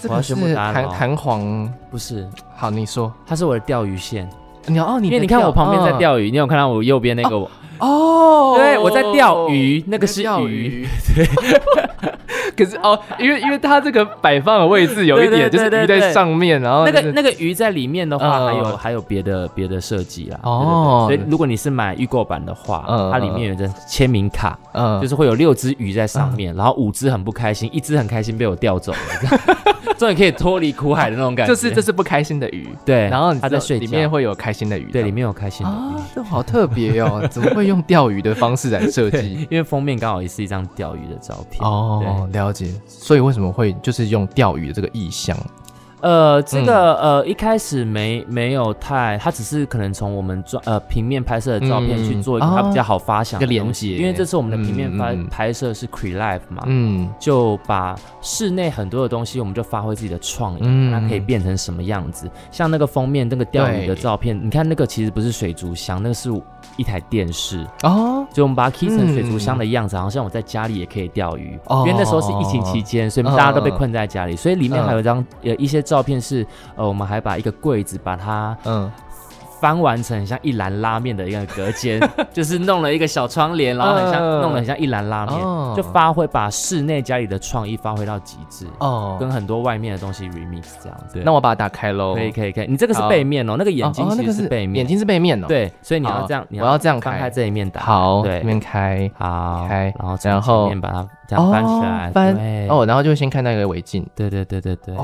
S1: 这
S2: 我要
S1: 个是
S2: 宣布答案
S1: 弹
S2: 了哦
S1: 弹簧。
S2: 不是，
S1: 好，你说，
S2: 它是我的钓鱼线，
S1: 你哦，你
S2: 因
S1: 的
S2: 为你看
S1: 钓
S2: 我旁边在
S1: 嗯
S2: 钓鱼，你有看到我右边那个我，
S1: 哦，
S2: 对我在钓鱼那个
S1: 你在
S2: 是
S1: 钓
S2: 鱼
S1: 鱼，对。可是哦，因为因为它这个摆放的位置有一点，
S2: 对对
S1: 就是
S2: 对
S1: 鱼
S2: 对
S1: 在上面，然后
S2: 那
S1: 就
S2: 个
S1: 是
S2: 那个鱼在里面的话，
S1: 哦嗯
S2: 还有还有别的别的设计啦。
S1: 哦
S2: 对对对所以如果你是买预购版的话
S1: 嗯，
S2: 它里面有一张签名卡，
S1: 嗯
S2: 就是会有六只鱼在上面，然后五只很不开心，一只很开心被我钓走了， (laughs) 终于可以脱离苦海的那种感觉。
S1: 就是这是不开心的鱼，
S2: 对，
S1: 然后你
S2: 他
S1: 知道
S2: 在睡
S1: 里
S2: 觉
S1: 面，会有开心的鱼，
S2: 对，里面有开心的鱼
S1: 啊，这好特别哦， (laughs) 怎么会用钓鱼的方式来设计？
S2: 因为封面刚好也是一张钓鱼的照片。
S1: 哦，了解。所以为什么会就是用钓鱼的这个意象？
S2: 呃，这
S1: 嗯
S2: 个、呃一开始没没有太，他只是可能从我们照呃平面拍摄的照片
S1: 嗯
S2: 去做一个
S1: 哦
S2: 它比较好发想
S1: 一
S2: 的
S1: 个连
S2: 东西
S1: 接
S2: 因为这次我们的平面
S1: 嗯
S2: 拍、
S1: 嗯嗯
S2: 拍摄是 Cre Life 嘛。
S1: 嗯，
S2: 就把室内很多的东西，我们就发挥自己的创意，
S1: 嗯
S2: 它可以变成什么样子？像那个封面那个钓鱼
S1: 对
S2: 的照片，你看那个其实不是水族箱，那个是一台电视，
S1: 哦，
S2: 就我们把它 key 成水族箱
S1: 嗯
S2: 的样子，好像我在家里也可以钓鱼，
S1: 哦
S2: 因为那时候是疫情期间，所以大家都被困在家里，所以里面
S1: 嗯
S2: 还有一张呃一些照片是呃我们还把一个柜子把它
S1: 嗯，
S2: 翻完成很像一篮拉面的一个
S1: (laughs)
S2: 隔间，就是弄了一个小窗帘，然后很像
S1: 嗯
S2: 弄得很像一篮拉面
S1: 哦，
S2: 就发挥把室内家里的创意发挥到极致，
S1: 哦，
S2: 跟很多外面的东西 remix 这样子。
S1: 那我把它打开喽。
S2: 可以可以可以，你这个是
S1: 好
S2: 背面哦，那个眼睛
S1: 哦哦
S2: 其
S1: 那个
S2: 实是背面
S1: 眼，睛是背面哦。，
S2: 对，所以你要
S1: 好
S2: 这样，你
S1: 我要这样
S2: 翻
S1: 开
S2: 开这一面打，
S1: 好，
S2: 对
S1: 这边开。
S2: 好，
S1: 开
S2: 然后
S1: 然
S2: 从
S1: 后
S2: 前面把它这样翻起来，
S1: 哦翻
S2: 对，
S1: 哦，然后就先看那个围巾。
S2: 对对对对对，
S3: 哦，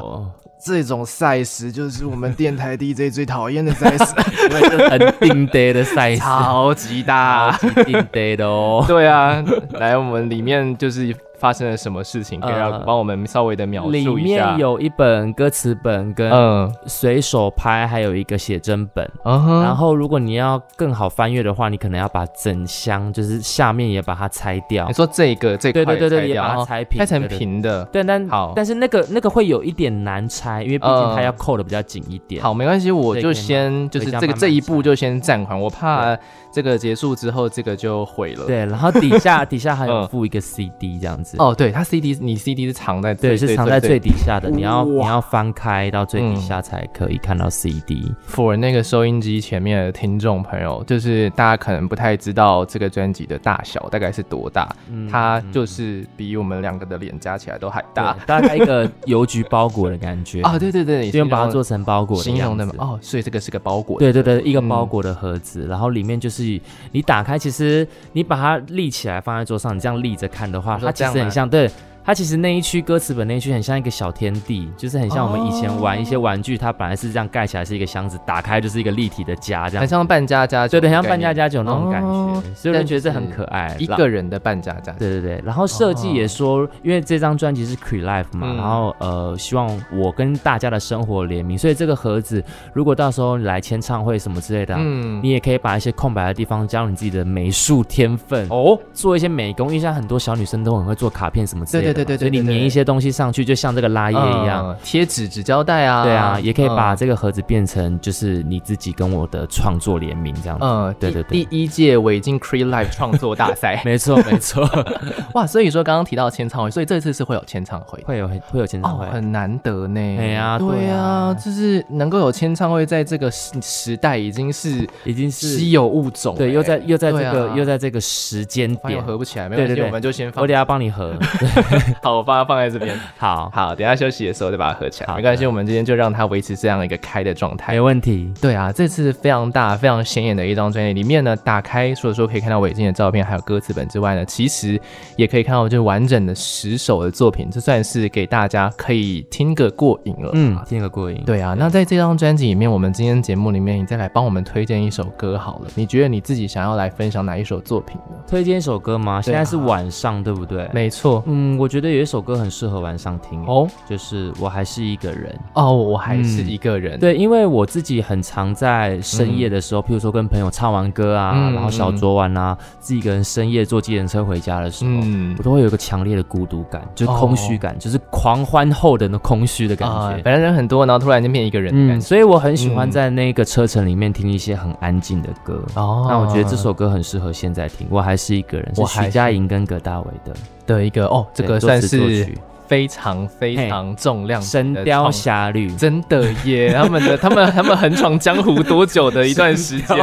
S2: (laughs) 哦，
S3: 这种赛事就是我们电台 DJ 最讨厌的赛
S1: (laughs)
S3: 事，
S2: 因为这很定呆的赛事，
S1: 超级
S2: 超
S1: 大。。
S2: 级定呆的哦 (laughs)
S1: 对啊，来，我们里面就是发生了什么事情，可以让
S2: 呃
S1: 帮我们稍微的描
S2: 里
S1: 述一下
S2: 面。有一本歌词本跟
S1: 嗯
S2: 随手拍，还有一个写真本。
S1: 嗯哼，
S2: 然后，如果你要更好翻阅的话，你可能要把整箱，就是下面也把它拆掉
S1: 你。说这个这块
S2: 对对对
S1: 拆
S2: 对，也
S1: 掉
S2: 把
S1: 然
S2: 它
S1: 后
S2: 拆平，
S1: 拆成
S2: 对对对
S1: 平的。
S2: 对，但
S1: 好
S2: 但是那个那个会有一点难拆，因为毕竟它
S1: 嗯
S2: 要扣的比较紧一点。
S1: 好，没关系，我
S2: 这
S1: 就
S2: 个可以吗
S1: 先就是
S2: 回家
S1: 这个
S2: 慢慢
S1: 这一步
S2: 拆
S1: 就先暂缓，我怕这个结束之后这个就毁了。，
S2: 对，然后底下 (laughs) 底下还有
S1: 嗯
S2: 附一个 CD 这样子。
S1: 哦，对，它 CD 你 CD 是藏在
S2: 对，
S1: 最
S2: 是藏在最底下的，你要你要翻开到最底
S1: 嗯
S2: 下才可以看到 CD。
S1: for 那个收音机前面的听众朋友，就是大家可能不太知道这个专辑的大小大概是多大，
S2: 嗯
S1: 它就
S2: 嗯
S1: 是比我们两个的脸加起来都还大
S2: 对大概一个邮局包裹的感觉
S1: 啊！对对对，你
S2: 就用把它
S1: 形容
S2: 做成包裹的
S1: 形容的
S2: 样
S1: 嘛
S2: 子。
S1: 哦，所以这个是个包裹，
S2: 对对对，一个包
S1: 嗯
S2: 裹的盒子，然后里面就是你打开，其实你把它立起来放在桌上，你这样立着看的话，
S1: 你说
S2: 它其
S1: 这样
S2: 实很
S1: 吗
S2: 像，对，它其实那一区歌词本那一区很像一个小天地，就是很像我们以前玩一
S1: 哦
S2: 些玩具，它本来是这样盖起来是一个箱子，打开就是一个立体的家这样
S1: 很，像扮家家酒
S2: 对
S1: 的
S2: 对，
S1: 概念，
S2: 很像扮家家酒那种感
S1: 哦
S2: 觉，所以我就觉得这很可爱。
S1: 一
S2: 然
S1: 个人的扮家家酒，
S2: 对对对，然后设计也说，因为这张专辑是 Cre Life 嘛，
S1: 哦嗯
S2: 然后呃，希望我跟大家的生活联名，所以这个盒子如果到时候你来签唱会什么之类的啊、
S1: 嗯
S2: 你也可以把一些空白的地方加入你自己的美术天分，
S1: 哦，
S2: 做一些美工，因为像很多小女生都很会做卡片什么之类的嘛，
S1: 对对对对
S2: 所以
S1: 对
S2: 你
S1: 对
S2: 粘一些东西上去，就像这个拉页一样。
S1: 嗯，贴纸、纸胶带啊，
S2: 对啊，也可以把
S1: 嗯。
S2: 这个盒子变成就是你自己跟我的创作联名这样子。
S1: 呃，
S2: 嗯对
S1: 第
S2: 对对，
S1: 第一届维京 Cree Live 创作大赛
S2: (laughs) 没错没
S1: (laughs)
S2: 错，
S1: 哇！所以说刚刚提到签唱会，所以这次是会有签唱会的，
S2: 会有会有签唱
S1: 哦
S2: 会，，
S1: 很难得呢。
S2: 哎呀
S1: 对
S2: 对
S1: 呀，
S2: 啊
S1: 就是能够有签唱会，在这个时时代已经是
S2: 已经是
S1: 稀有物种，
S2: 对，又在又在这个、
S1: 对啊
S2: 又在这个时间
S1: 发现
S2: 点，
S1: 合不起来，没
S2: 对
S1: 关
S2: 对
S1: 系，
S2: 对
S1: 我们就先
S2: 我
S1: 放
S2: 等下帮你合。
S1: (laughs) 好，我把它放在这边。 (laughs)
S2: 好，
S1: 好，等一下休息的时候再把它合起来，
S2: 好
S1: 没关系，
S2: 的
S1: 我们今天就让它维持这样一个开的状态
S2: 没。问题。
S1: 对啊，这次非常大、非常显眼的一张专辑，里面呢，打开除了说可以看到韦静的照片，还有歌词本之外呢，其实也可以看到就是完整的十首的作品，这算是给大家可以听个过瘾了。
S2: 嗯，听个过瘾。
S1: 对啊，那在这张专辑里面，我们今天节目里面，你再来帮我们推荐一首歌好了。你觉得你自己想要来分享哪一首作品呢？
S2: 推荐一首歌吗？现在是
S1: 对啊
S2: 晚上，对不对？
S1: 没错，
S2: 嗯，我觉得有一首歌很适合晚上听，
S1: 哦
S2: 就是《我还是一个人》。
S1: 哦，我还是
S2: 嗯
S1: 一个人。
S2: 对，因为我自己很常在深夜的时候，譬如说跟朋友唱完歌啊，
S1: 嗯
S2: 然后小酌完啊，自己一个人深夜坐计程车回家的时候，
S1: 嗯哦
S2: 我都会有一个强烈的孤独感，就是空虚感，就是狂欢后的那空虚的感
S1: 啊，
S2: 觉。
S1: 本来人很多，然后突然间变一个人的感
S2: 嗯，
S1: 觉。
S2: 所以我很喜欢
S1: 嗯
S2: 在那个车程里面听一些很安静的歌。
S1: 哦
S2: 那我觉得这首歌很适合现在听。我还是一个人，是
S1: 我还
S2: 徐佳莹跟葛大为的
S1: 的一个哦，这
S2: 对
S1: 个
S2: 作
S1: 算
S2: 词作
S1: 是
S2: 曲
S1: 非常非常重量
S2: 《
S1: 级的
S2: 神雕
S1: 创
S2: 侠侣》
S1: 真的耶，他们的他们他们横闯江湖多久的一段时间？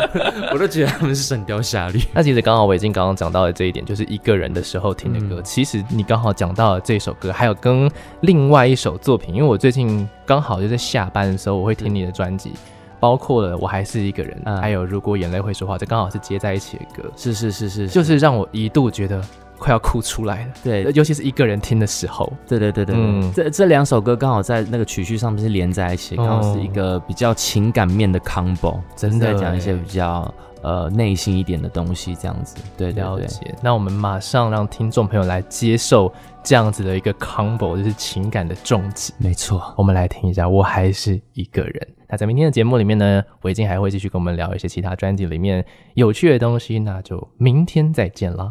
S2: (laughs) 我都觉得他们是《神雕侠侣》。
S1: (laughs) 那其实刚好我已经刚刚讲到的这一点，就是一个人的时候听的歌。
S2: 嗯
S1: 其实你刚好讲到了这首歌，还有跟另外一首作品，因为我最近刚好就在下班的时候，我会听你的专辑。包括了我还是一个人，
S2: 嗯
S1: 还有如果眼泪会说话，这刚好是接在一起的歌，
S2: 是是是是，
S1: 就是让我一度觉得快要哭出来了，
S2: 对
S1: 尤其是一个人听的时候。
S2: 对对对对对，
S1: 嗯
S2: 这这两首歌刚好在那个曲序上面是连在一起，刚好是一个比较情感面的 combo，
S1: 哦真的
S2: 在讲一
S1: 欸
S2: 些比较呃内心一点的东西，这样子。对对
S1: 了
S2: 对，
S1: 解，那我们马上让听众朋友来接受这样子的一个 combo，就是情感的重击。
S2: 没错。
S1: 我们来听一下，我还是一个人。那在明天的节目里面呢，维京还会继续跟我们聊一些其他专辑里面有趣的东西，那就明天再见啦。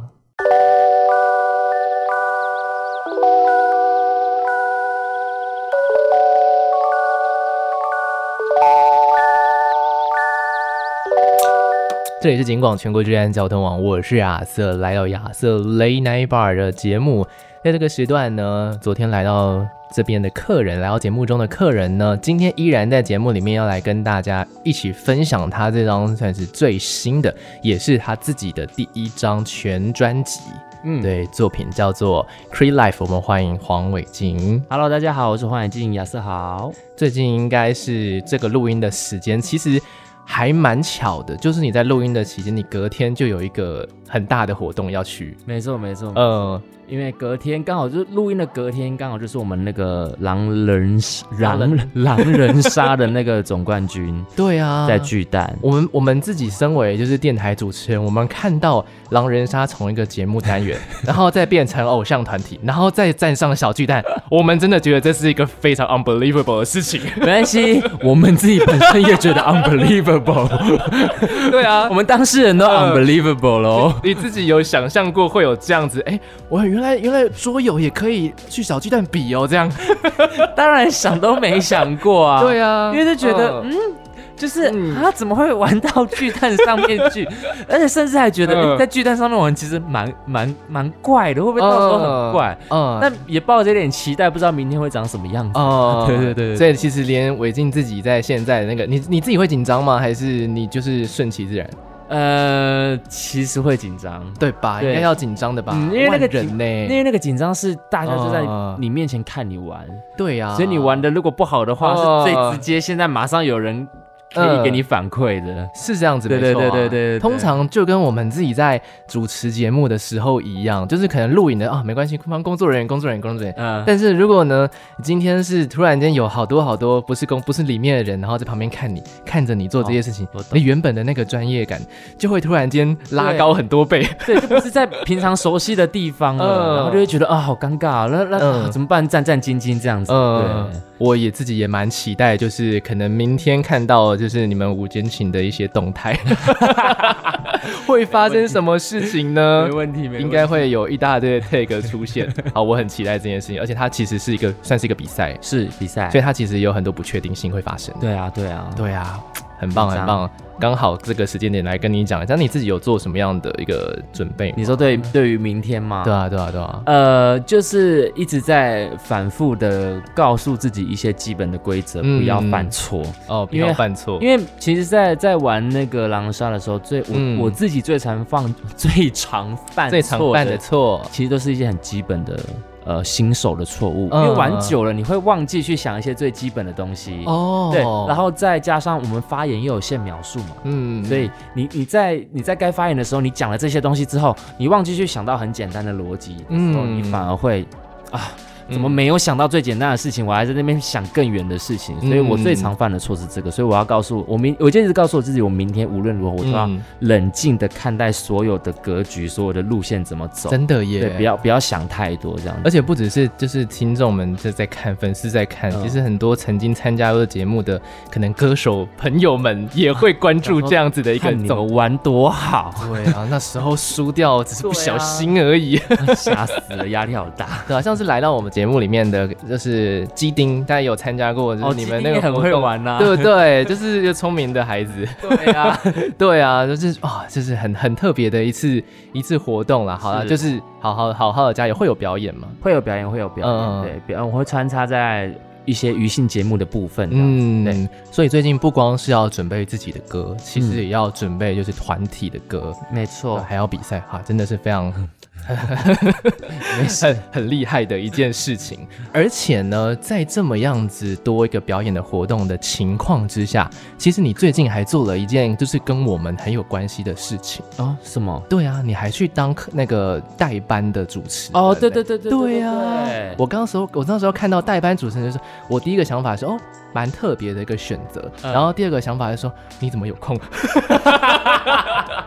S1: 这里是警广全国治安交通网，我是亚瑟，来到亚瑟雷奶 bar 的节目。在这个时段呢，昨天来到这边的客人，来到节目中的客人呢，今天依然在节目里面要来跟大家一起分享他这张算是最新的，也是他自己的第一张全专辑。
S2: 嗯，
S1: 对，作品叫做《Cree Life》，我们欢迎黄伟晶。
S2: Hello，大家好，我是黄海静，亚瑟好。
S1: 最近应该是这个录音的时间，其实还蛮巧的，就是你在录音的期间，你隔天就有一个很大的活动要去。
S2: 没错没错，
S1: 呃，
S2: 因为隔天刚好就是录音的隔天，刚好就是我们那个狼人狼人狼人杀的那个总冠军
S1: 对啊
S2: 在巨蛋。
S1: 我们我们自己身为就是电台主持人，我们看到狼人杀从一个节目单元，
S2: (laughs)
S1: 然后再变成偶像团体，然后再站上小巨蛋，我们真的觉得这是一个非常 unbelievable 的事
S2: (laughs)
S1: 情。
S2: 没关系，我们自己本身也觉
S1: (laughs)
S2: 得 unbelievable，
S1: 对啊
S2: 我，们当事人都
S1: 呃
S2: unbelievable 喽。
S1: 你自己有想象过会有这样子？哎、我原来原来桌游也可以去小巨蛋比哦，这样。
S2: 当然想都没想过啊。
S1: 对啊，嗯
S2: 因为就觉得嗯。就是啊，怎么会玩到巨蛋上面
S1: (laughs)
S2: 去？而且甚至还觉得、
S1: 嗯
S2: 诶在巨蛋上面玩其实蛮蛮蛮怪的，会不会到时候很怪？
S1: 嗯，
S2: 那、也抱着一点期待，不知道明天会长什么样子。
S1: 哦
S2: (laughs) 对对对对
S1: 所以其实连韦静自己在现在的那个，你你自己会紧张吗？还是你就是顺其自然？
S2: 呃，其实会紧张，
S1: 对吧？
S2: 对
S1: 应该要紧张的吧？
S2: 嗯因为那个
S1: 万人
S2: 紧
S1: 呢、
S2: 因为那个紧张是大家就在
S1: 嗯
S2: 你面前看你玩，
S1: 对呀、
S2: 所以你玩的如果不好的话，
S1: 哦
S2: 是最直接，现在马上有人可以给你反馈的。
S1: 是这样子，
S2: 对
S1: 没错啊
S2: 对对对对对
S1: 通常就跟我们自己在主持节目的时候一样，就是可能录影的啊，没关系，帮工作人员、工作人员、工作人员。
S2: 嗯、
S1: 但是如果呢，今天是突然间有好多好多不是工不是里面的人，然后在旁边看你看着你做这些事情，
S2: 哦我懂
S1: 你原本的那个专业感就会突然间拉高很多倍。
S2: 对，就不是在平常熟悉的地方了，
S1: 嗯
S2: 然后就会觉得啊，好尴尬啊，那那、
S1: 嗯
S2: 啊怎么办？战战兢兢这样子，
S1: (laughs) 嗯
S2: 对，，
S1: 我也自己也蛮期待，就是可能明天看到就是你们午间情的一些动
S2: (laughs)
S1: 态，会发生什么事情呢？
S2: 问题，没
S1: 应该会有一大堆的 tag 出
S2: (laughs)
S1: 现。好，我很期待这件事情，而且它其实是一个算是一个比赛，
S2: 是比赛
S1: 所，以它其实有很多不确定性会发生。
S2: 对啊，对啊，
S1: 对啊，很棒
S2: 紧
S1: 很
S2: 张
S1: 棒，刚好这个时间点来跟你讲一下，你自己有做什么样的一个准备吗？
S2: 你说对，嗯对于明天吗？
S1: 对。啊对啊对啊，
S2: 呃，就是一直在反复的告诉自己一些基本的规则，
S1: 嗯
S2: 不要犯错。
S1: 哦，不
S2: 因为
S1: 要犯错，
S2: 因为其实在，在玩那个狼杀的时候，最我、
S1: 嗯
S2: 我自己最常放、 (laughs) 最常犯、
S1: 最常犯的错，
S2: 其实都是一些很基本的呃新手的错误，
S1: 嗯
S2: 因为玩久了你会忘记去想一些最基本的东西。
S1: 哦
S2: 对，然后再加上我们发言又有限描述嘛，
S1: 嗯
S2: 所以你你在你在该发言的时候，你讲了这些东西之后，你忘记去想到很简单的逻辑，嗯，
S1: 嗯
S2: 你反而会啊。
S1: 嗯
S2: 怎么没有想到最简单的事情？我还在那边想更远的事情，所以我
S1: 嗯
S2: 最常犯的错是这个。所以我要告诉我明，我就一直告诉我自己，我明天无论如何，我都要
S1: 嗯
S2: 冷静的看待所有的格局，所有的路线怎么走。
S1: 真的耶，
S2: 对，不要不要想太多这样
S1: 而
S2: 子。
S1: 且不只是就是听众们就在看，粉丝在看，
S2: 嗯
S1: 其实很多曾经参加过节目的可能歌手朋友们也会关注这样子的一个
S2: 看你
S1: 走。
S2: 们玩多 (laughs) 好，
S1: 对啊，那时候输掉只是不小心而已。
S2: 啊吓死了，压力好大。
S1: (laughs) 对啊，像是来到我们节目里面的就是基丁，大家有参加过， (laughs) 就是你们那
S2: 哦啊今天也
S1: 个
S2: 很
S1: 活
S2: 会
S1: 动。
S2: 玩呐、
S1: 对不对？就是一个聪明的孩子。 (laughs) 对啊，对啊，就是啊，就是很很特别的一次一次活动啦。好了，
S2: 是
S1: 就是好好好好的加油，会有表演吗？
S2: 会有表演，会有表演，
S1: 嗯嗯
S2: 对，表演我会穿插在。一些娱性节目的部分。嗯，
S1: 嗯，所以最近不光是要准备自己的歌，其
S2: 嗯
S1: 实也要准备就是团体的歌，
S2: 没
S1: 哦
S2: 错，
S1: 还要比赛哈，真的是非 (laughs) 常很很厉害的一件事情。而且呢，在这么样子多一个表演的活动的情况之下，其实你最近还做了一件就是跟我们很有关系的事情。
S2: 哦，什么？
S1: 对啊，你还去当课那个代班的主持人
S2: 哦，对
S1: 呢
S2: 对对对
S1: 对呀、
S2: 呀，
S1: 我刚时候我那时候看到代班主持人，就是我第一个想法是哦，蛮特别的一个选择。
S2: 嗯
S1: 然后第二个想法是说，你怎么有空？
S2: 呃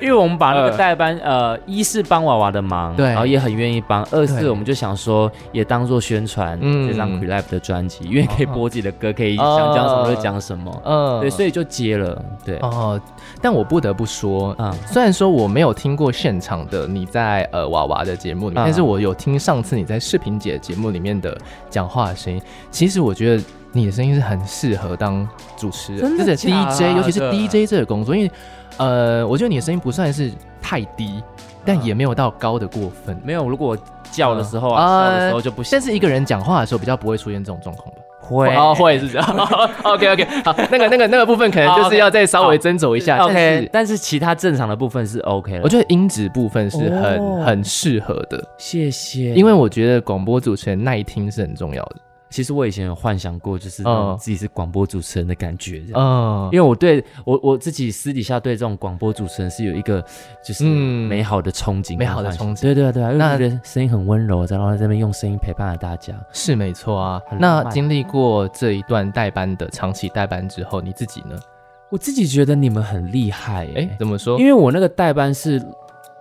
S2: 因为我们把那个代班，呃，一是帮娃娃的忙，
S1: 对
S2: 然后也很愿意帮；二
S1: 对
S2: 是我们就想说，也当做宣传
S1: 嗯
S2: 这张 c l a p 的专辑，因为可以播自己的歌，可以想讲什么就讲什么，
S1: 嗯，
S2: 对，所以就接了，对，
S1: 哦，但我不得不说，
S2: 嗯
S1: 虽然说我没有听过现场的你在呃娃娃的节目里面，
S2: 嗯
S1: 但是我有听上次你在视频姐节目里面的讲话的声音。其实我觉得你的声音是很适合当主持人，
S2: 真的
S1: 就是
S2: 假的
S1: DJ，尤其是 DJ 这个工作，因为呃，我觉得你的声音不算是太低，但也没有到高的过分。
S2: 没有，如果我叫的时候
S1: 嗯
S2: 啊，笑的
S1: 呃
S2: 时候就不行，
S1: 但是一个人讲话的时候比较不会出现这种状况吧？
S2: 会
S1: 哦，会是这
S2: (laughs)
S1: 样。OK OK，好，那个那个那个部分可能就是要再稍微斟酌一下。但是
S2: ，OK，但是其他正常的部分是 OK 了
S1: 我。觉得音质部分是很、
S2: 哦
S1: 很适合的，
S2: 谢谢，
S1: 因为我觉得广播主持人耐听是很重要的。
S2: 其实我以前有幻想过，就是
S1: 嗯
S2: 那种自己是广播主持人的感觉，这样
S1: 嗯
S2: 因，为我对我我自己私底下对这种广播主持人是有一个就是
S1: 嗯
S2: 美好的憧憬、
S1: 美好的
S2: 幻想
S1: 憧憬
S2: 对对啊对啊，因为
S1: 那
S2: 我觉得声音很温柔，然后在那边用声音陪伴了大家。
S1: 是没错啊。
S2: 很浪
S1: 那
S2: 漫
S1: 经历过这一段代班的长期代班之后，你自己呢？
S2: 我自己觉得你们很厉害、
S1: 哎、
S2: 欸，
S1: 怎么说？
S2: 因为我那个代班是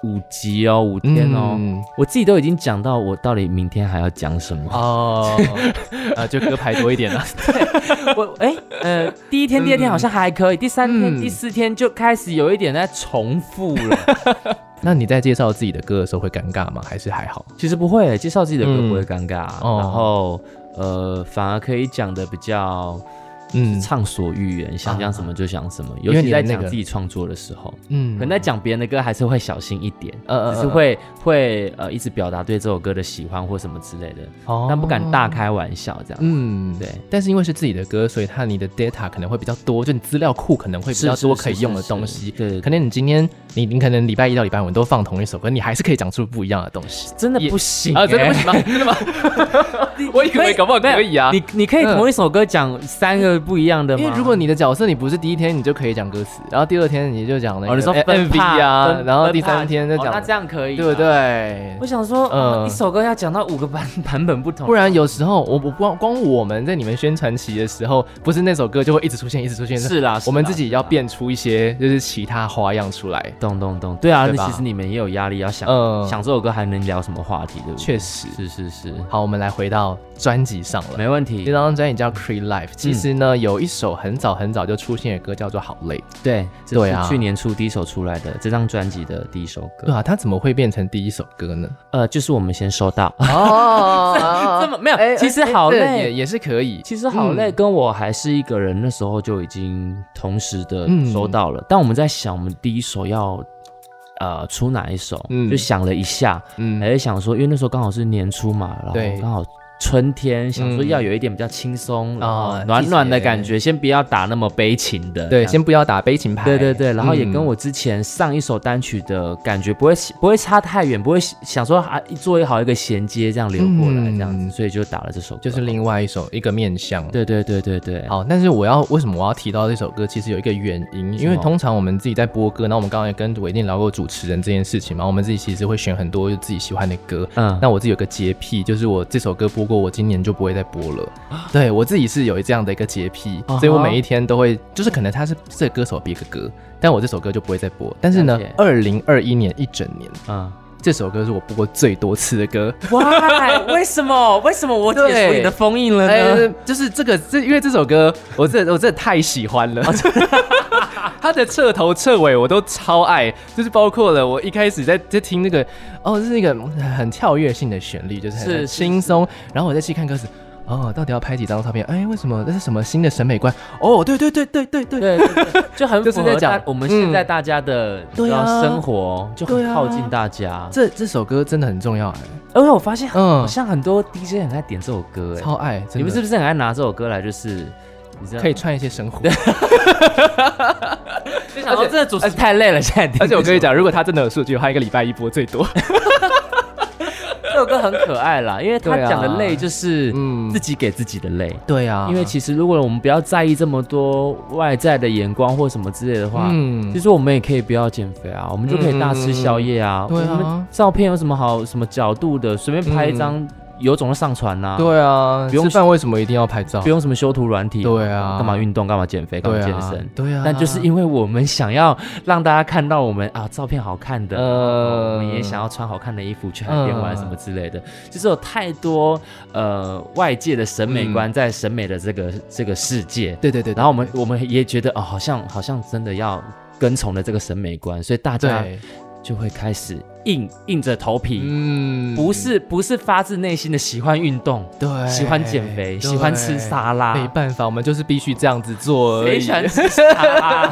S2: 五集哦，五天哦，
S1: 嗯
S2: 我自己都已经讲到我到底明天还要讲什么。
S1: 哦， (laughs) 啊，就歌牌多一点了。
S2: 我哎、
S1: (laughs)
S2: 呃，第一天、第二天好像还可以，第三天、
S1: 嗯
S2: 第四天就开始有一点在重复了。
S1: 那你在介绍自己的歌的时候会尴尬吗？还是还好？
S2: 其实不会，介绍自己的歌
S1: 嗯
S2: 不会尴尬，啊
S1: 哦
S2: 然后呃，反而可以讲的比较
S1: 嗯
S2: 畅所欲言，想讲什么就讲什么。
S1: 因
S2: 尤
S1: 为
S2: 其
S1: 你
S2: 在
S1: 的那
S2: 讲
S1: 个
S2: 自己创作的时候，
S1: 嗯
S2: 可能在讲别人的歌还是会小心一点，
S1: 呃
S2: 只是会会呃一直表达对这首歌的喜欢或什么之类的，
S1: 哦
S2: 但不敢大。开玩笑这样。
S1: 嗯，
S2: 对。
S1: 但是因为是自己的歌，所以它你的 data 可能会比较多，就你资料库可能会比较
S2: 是是
S1: 多
S2: 是
S1: 可以用的
S2: 是
S1: 东
S2: 是
S1: 西。
S2: 对对
S1: 可能你今天你你可能礼拜一到礼拜五都放同一首歌，你还是可以讲出不一样的东西
S2: 真的
S1: 也
S2: 不行
S1: 啊！真的不
S2: 欸
S1: 行吗？真的吗？我以为搞不好可以啊。
S2: 你你可以同一首歌讲三个不一样的吗？
S1: 因为如果你的角色你不是第一天你就可以讲歌词，然后第二天你就讲那
S2: 哦你
S1: 个
S2: 说
S1: M
S2: 分
S1: V
S2: 帕
S1: 啊，
S2: 分
S1: 然后
S2: 分
S1: 第
S2: 帕
S1: 三天就
S2: 哦
S1: 讲
S2: 那，这样可以，
S1: 对不？对
S2: 我？想说，呃
S1: 嗯
S2: 一首歌要讲到五个版 (laughs) 版本不同，
S1: 不然有时候我我光光我们在你们宣传期的时候，不是那首歌就会一直出现，一直出现，
S2: 是啦，
S1: 我们自
S2: 己。
S1: 己要变出一些就是其他花样出来。
S2: 懂懂懂，对啊，呃
S1: 对
S2: 那
S1: 吧
S2: 其实你们也有压力，要想、
S1: 嗯
S2: 想这首歌还能聊什么话题，对不对？
S1: 确实
S2: 是是是，
S1: 好，我们来回到专辑上了。
S2: 没问
S1: 这
S2: 题。
S1: 张专辑叫《Cree Life》，其实呢、有一首很早很早就出现的歌叫做《好累》。
S2: 对，这
S1: 对
S2: 是
S1: 啊
S2: 去年初第一首出来的这张专辑的第一首歌，
S1: 对啊，它怎么会变成第一首歌呢？
S2: 呃，就是我们先收到，
S1: (laughs) 哦，
S2: 啊这么没有
S1: 哎
S2: 其实
S1: 哎
S2: 好
S1: 这
S2: 累
S1: 也也是可以。
S2: 其实好累，跟我还是一个人，那时候就已经同时的
S1: 嗯
S2: 收到了，但我们在想我们第一首要。呃，出哪一首？
S1: 嗯
S2: 就想了一下，
S1: 嗯
S2: 还在想说，因为那时候刚好是年初嘛，然
S1: 对
S2: 后刚好春天，想说
S1: 嗯
S2: 要有一点比较轻松
S1: 啊
S2: 然后暖暖的感觉，先不要打那么悲情的。这
S1: 对，
S2: 样
S1: 先不要打悲情牌。
S2: 对对对，然后也
S1: 嗯
S2: 跟我之前上一首单曲的感觉不会不会差太远，不会想说啊做好一个衔接这样流过来
S1: 嗯
S2: 这样子，所以就打了这首歌。
S1: 就是另外一首一个面向。
S2: 对对对对对，
S1: 好，但是我要为什么我要提到这首歌？其实有一个原因，因为
S2: 什么
S1: 通常我们自己在播歌，那我们刚刚也跟伟定聊过主持人这件事情嘛，我们自己其实会选很多就自己喜欢的歌。
S2: 嗯
S1: 那我自己有个洁癖，就是我这首歌播过，我今年就不会再播了。对我自己是有这样的一个洁癖，
S2: 啊哈
S1: 所以我每一天都会，就是可能他是这个歌手别个歌，但我这首歌就不会再播。但是呢
S2: 了解，
S1: 二零二一年一整年，
S2: 嗯，
S1: 这首歌是我播过最多次的歌。
S2: 哇， (laughs) 为什么为什么我
S1: 对
S2: 解除你的封印了
S1: 哎、
S2: 呢？
S1: 就是这个，这因为这首歌，我真的我 (laughs) 真的太喜欢了。 (laughs) 它的彻头彻尾我都超爱，就是包括了我一开始在在听那个，哦，是那个很跳跃性的旋律，就是
S2: 是
S1: 很
S2: 是
S1: 轻松。然后我再去看歌词，哦，到底要拍几张照片？哎，为什么这是什么新的审美观？哦，对对对对对对，
S2: 对，对对 (laughs) 就很
S1: 就是
S2: 符合
S1: 在讲
S2: 大我们现在大家的你知道
S1: 对啊
S2: 生活，就
S1: 对
S2: 很
S1: 啊
S2: 靠近大家。
S1: 这这首歌真的很重要哎，
S2: 而且我发现，
S1: 嗯
S2: 好像很多 DJ 很爱点这首歌，哎，
S1: 超爱，真的
S2: 你们是不是很爱拿这首歌来就是？你知道
S1: 可以串一些神活？
S2: 就想说这主持人太累了，现在听
S1: (laughs) 而且我跟你讲，如果他真的有数据的话，一个礼拜一播最多。
S2: 这首歌很可爱啦，因为他
S1: 对啊
S2: 讲的累就是
S1: 嗯
S2: 自己给自己的累。
S1: 对啊
S2: 因为其实如果我们不要在意这么多外在的眼光或什么之类的话，
S1: 嗯
S2: 其实我们也可以不要减肥啊，我们就可以大吃宵夜啊。
S1: 嗯对啊
S2: 我们照片有什么好什么角度的，随便拍一张，有种就上传呐、
S1: 嗯对啊，
S2: 不用
S1: 吃饭为什么一定要拍照？
S2: 不用什么修图软体，
S1: 对啊
S2: 干嘛运动，干嘛减肥，干嘛
S1: 对
S2: 健
S1: 啊
S2: 身。，
S1: 对啊，
S2: 但就是因为我们想要让大家看到我们啊，照片好看的，
S1: 呃
S2: 呃，我们也想要穿好看的衣服去海边
S1: 嗯
S2: 玩什么之类的，就是有太多呃外界的审美观在审美的这个、
S1: 嗯
S2: 这个世界，
S1: 对对对，
S2: 然后我们我们也觉得哦，好像好像真的要跟从了这个审美观，所以大家
S1: 对，
S2: 就会开始硬硬着头皮。
S1: 嗯
S2: 不是不是发自内心的喜欢运动，
S1: 对，
S2: 喜欢减肥，喜欢吃沙拉，
S1: 没办法，我们就是必须这样子做而
S2: 谁
S1: 已。
S2: 喜欢吃沙
S1: (laughs)
S2: 拉？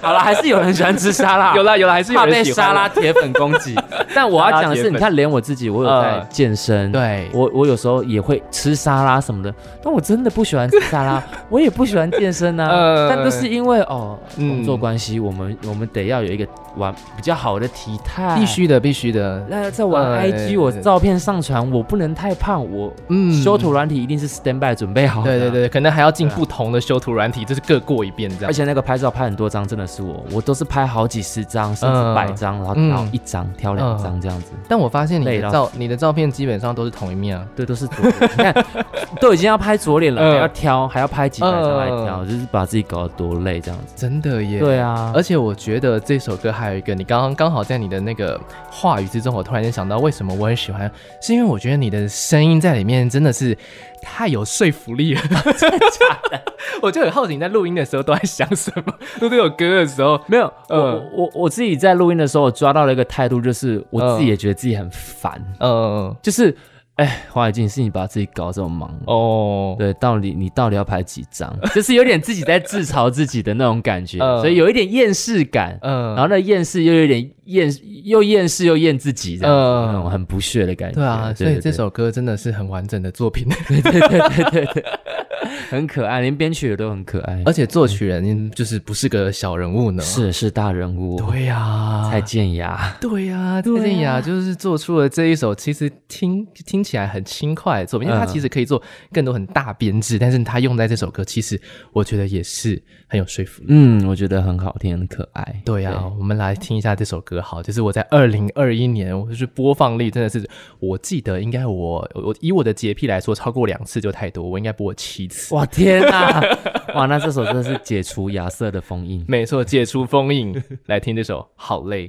S2: 好了，还是有人喜欢吃沙拉。
S1: 有啦有啦，还是有
S2: 怕被
S1: 人喜欢
S2: 沙
S1: 我
S2: 拉铁粉攻
S1: (laughs)
S2: 击。但我要
S1: 沙
S2: 讲的
S1: 拉铁
S2: 是，
S1: 粉
S2: 你看，连我自己，我有在
S1: 嗯
S2: 健身，
S1: 对
S2: 我我有时候也会吃沙拉什么的，但我真的不喜欢吃沙
S1: (laughs)
S2: 拉，我也不喜欢健身啊
S1: 嗯。
S2: 但都是因为哦，
S1: 嗯
S2: 工作关系，我们我们得要有一个完比较好的体态，
S1: 必。须的，必须的。
S2: 那在玩
S1: 嗯
S2: IG，我照片上传，我不能太胖，我
S1: 嗯
S2: 修图软体一定是 stand by 准备好的。
S1: 对对对，可能还要进
S2: 对啊
S1: 不同的修图软体，就是各过一遍这样
S2: 而。且那个拍照拍很多张，真的是我，我都是拍好几十张，甚至百张，然后
S1: 嗯
S2: 挑一张、挑两张这样子。
S1: 但我发现你
S2: 累
S1: 的
S2: 到
S1: 照，你的照片基本上都是同一面啊。
S2: 对，都是左脸， (laughs) 你看都已经要拍左脸了，
S1: 嗯
S2: 还要挑，还要拍几百张来挑，
S1: 嗯
S2: 就是把自己搞得多累这样子。
S1: 真的耶。
S2: 对啊，
S1: 而且我觉得这首歌还有一个，你刚刚刚好在你的那个话语之中，我突然间想到，为什么我很喜欢，是因为我觉得你的声音在里面真的是太有说服 (laughs) 力了，真的假的？我就很好奇你在录音的时候都在想什么，录这首歌的时候，
S2: 没有，我
S1: 嗯
S2: 我我自己在录音的时候，我抓到了一个态度，就是我自己也觉得自己很烦，
S1: 嗯，
S2: 就是哎，黄海静是你把自己搞这么忙。
S1: 哦，
S2: 对，到底你到底要拍几张？ (laughs) 就是有点自己在自嘲自己的那种感觉，
S1: 嗯
S2: 所以有一点厌世感。
S1: 嗯，
S2: 然后那厌世又有点厌，又厌世又厌自己这样
S1: 嗯
S2: 子，那种很不屑的感觉。
S1: 对啊，所以
S2: 对
S1: 这
S2: 对
S1: 首歌真的是很完整的作品，
S2: 很可爱，连编曲也都很可爱。
S1: (laughs) 而且作曲人就是不是个小人物呢，，
S2: 是是大人物，
S1: 对啊呀、
S2: 蔡健雅，
S1: 对啊呀、蔡健雅就是做出了这一首，其实听听起来很轻快的作品，因为它
S2: 嗯
S1: 其实可以做更多很大编制，但是它用在这首歌，其实我觉得也是很有说服力。
S2: 嗯，我觉得很好听，很可爱。
S1: 对呀、我们来听一下这首歌，好，就是我在二零二一年，我就是播放率真的是，我记得应该我我以我的洁癖来说，超过两次就太多，我应该播了七次。
S2: 哇天哪，哇那这首真的是解除亚瑟的封印。
S1: 没错，解除封印，来听这首《好累》。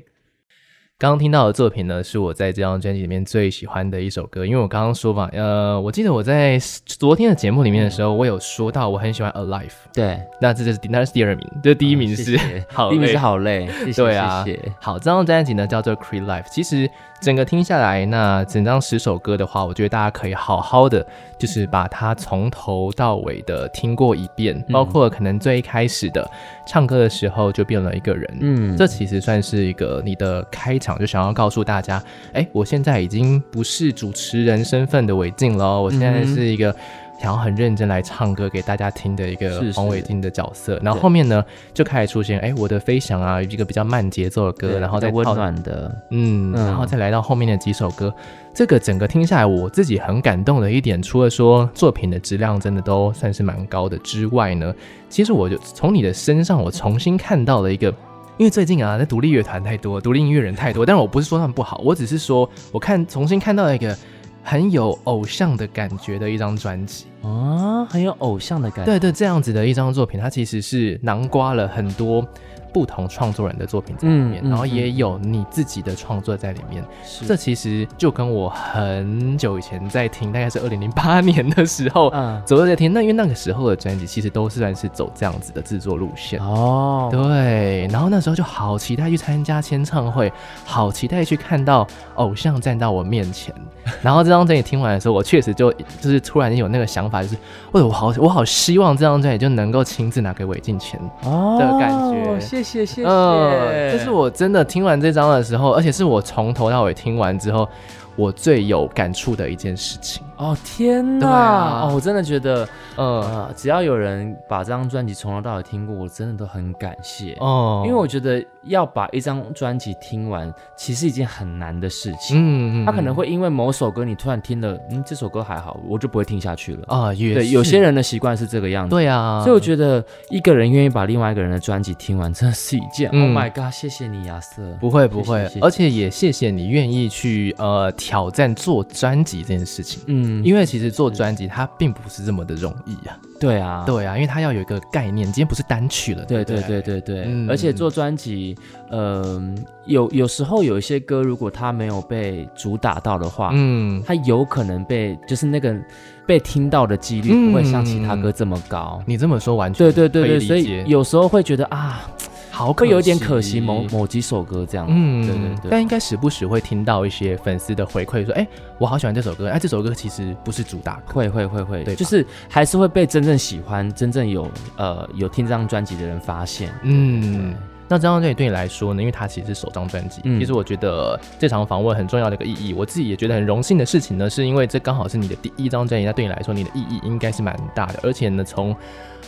S1: 刚刚听到的作品呢，是我在这张专辑里面最喜欢的一首歌，因为我刚刚说嘛，呃，我记得我在昨天的节目里面的时候，我有说到我很喜欢《Alive》，
S2: 对，嗯
S1: 那这就是那是第二名，这 (laughs) 第一名
S2: 啊谢
S1: 是、
S2: 谢
S1: 好
S2: 第一名是
S1: 累
S2: 好累，谢谢
S1: 对啊
S2: 谢谢。
S1: (laughs) 好，这张专辑呢叫做《Cre Life》。其实整个听下来，那整张十首歌的话，我觉得大家可以好好的，就是把它从头到尾的听过一遍，包括可能最一开始的唱歌的时候就变了一个人，
S2: 嗯
S1: 这其实算是一个你的开场，就想要告诉大家，哎，我现在已经不是主持人身份的韦静了哦，我现在
S2: 嗯哼
S1: 是一个。想要很认真来唱歌给大家听的一个
S2: 是是
S1: 黄伟晋的角色，然后后面呢就开始出现，哎，我的飞翔啊，一个比较慢节奏的歌，
S2: 对
S1: 然后
S2: 比
S1: 再
S2: 较温
S1: 套
S2: 暖的，
S1: 嗯，
S2: 嗯
S1: 然后再来到后面的几首歌，这个整个听下来，我自己很感动的一点，除了说作品的质量真的都算是蛮高的之外呢，其实我就从你的身上，我重新看到了一个。因为最近啊，那独立乐团太多，独立音乐人太多，但我不是说他们不好，我只是说，我看重新看到一个很有偶像的感觉的一张专辑。
S2: 啊，很有偶像的感觉。
S1: 对对，这样子的一张作品，它其实是囊括了很多不同创作人的作品在里面，
S2: 嗯嗯
S1: 然后也有你自己的创作在里面。
S2: 是
S1: 这其实就跟我很久以前在听，大概是二零零八年的时候。
S2: 嗯
S1: 左右在听，那因为那个时候的专辑其实都算是走这样子的制作路线，
S2: 哦，
S1: 对，然后那时候就好期待去参加签唱会，好期待去看到偶像站到我面前。 (laughs) 然后这张专辑听完的时候，我确实就就是突然间有那个想法，就是为我好我好希望这张专辑就能够亲自拿给韦敬钱。
S2: 哦
S1: 的感觉
S2: 谢谢谢谢，呃
S1: 嗯，这是我真的听完这张的时候，而且是我从头到尾听完之后，我最有感触的一件事情。
S2: 哦天
S1: 对
S2: 哪、
S1: 啊
S2: 哦，我真的觉得
S1: 嗯，
S2: 呃，只要有人把这张专辑从头到尾听过，我真的都很感谢。
S1: 哦
S2: 因为我觉得要把一张专辑听完，其实一件很难的事情。
S1: 嗯
S2: 他可能会因为某首歌你突然听了，嗯，这首歌还好，我就不会听下去了。
S1: 啊，也
S2: 对，有
S1: 是
S2: 些人的习惯哦是这个样子。
S1: 对啊，
S2: 所以我觉得一个人愿意把另外一个人的专辑听完，真的是一件、
S1: 嗯
S2: Oh my God！谢谢你，亚瑟。
S1: 不会不会
S2: 谢谢谢，谢
S1: 而且也谢谢你愿意去呃挑战做专辑这件事情，
S2: 嗯，因
S1: 因为其实做专辑它并不是这么的容易啊。
S2: 为对啊，
S1: 对啊，因为它要有一个概念，今天不是单曲了，
S2: 对
S1: 不
S2: 对对对对，
S1: 嗯
S2: 而且做专辑，嗯、有有时候有一些歌，如果它没有被主打到的话，
S1: 嗯，
S2: 它有可能被就是那个被听到的几率
S1: 嗯
S2: 不会像其他歌这么高。
S1: 你这么说完全
S2: 对对对
S1: 可以
S2: 对，
S1: 理
S2: 所以
S1: 解
S2: 有时候会觉得啊，
S1: 好可
S2: 会
S1: 惜，
S2: 有点可惜某某几首歌这样。
S1: 嗯，
S2: 哦对对对
S1: 但应该时不时会听到一些粉丝的回馈，说，哎，我好喜欢这首歌，哎，这首歌其实不是主打歌，
S2: 会会会会，
S1: 对吧
S2: 就是还是会被真正喜欢、真正有呃有听这张专辑的人发现。
S1: 嗯。那这张专辑对你来说呢？因为它其实是首张专辑，
S2: 嗯
S1: 其实我觉得这场访问很重要的一个意义，我自己也觉得很荣幸的事情呢，是因为这刚好是你的第一张专辑，那对你来说你的意义应该是蛮大的，而且呢，从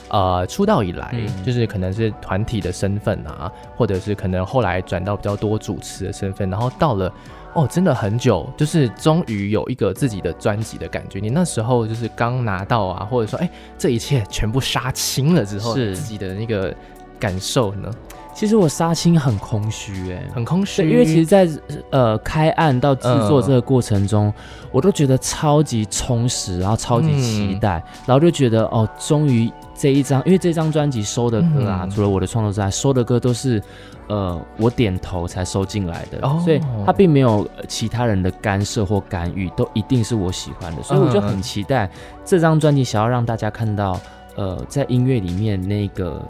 S1: 呃出道以来，
S2: 嗯
S1: 就是可能是团体的身份啊，或者是可能后来转到比较多主持的身份，然后到了。哦，真的很久，就是终于有一个自己的专辑的感觉。你那时候就是刚拿到啊，或者说，哎、这一切全部杀青了之后，
S2: 是
S1: 自己的那个感受呢？
S2: 其实我杀青很空虚哎、
S1: 很空
S2: 对，
S1: 虚，
S2: 因为其实在，呃开案到制作
S1: 嗯
S2: 这个过程中，我都觉得超级充实，然后超级期
S1: 嗯
S2: 待，然后就觉得哦，终于这一张，因为这张专辑收的歌啊，
S1: 嗯
S2: 除了我的创作之外，收的歌都是呃我点头才收进来的，
S1: 哦
S2: 所以它并没有呃其他人的干涉或干预，都一定是我喜欢的，所以我
S1: 嗯
S2: 就很期待这张专辑想要让大家看到，呃，在音乐里面那个。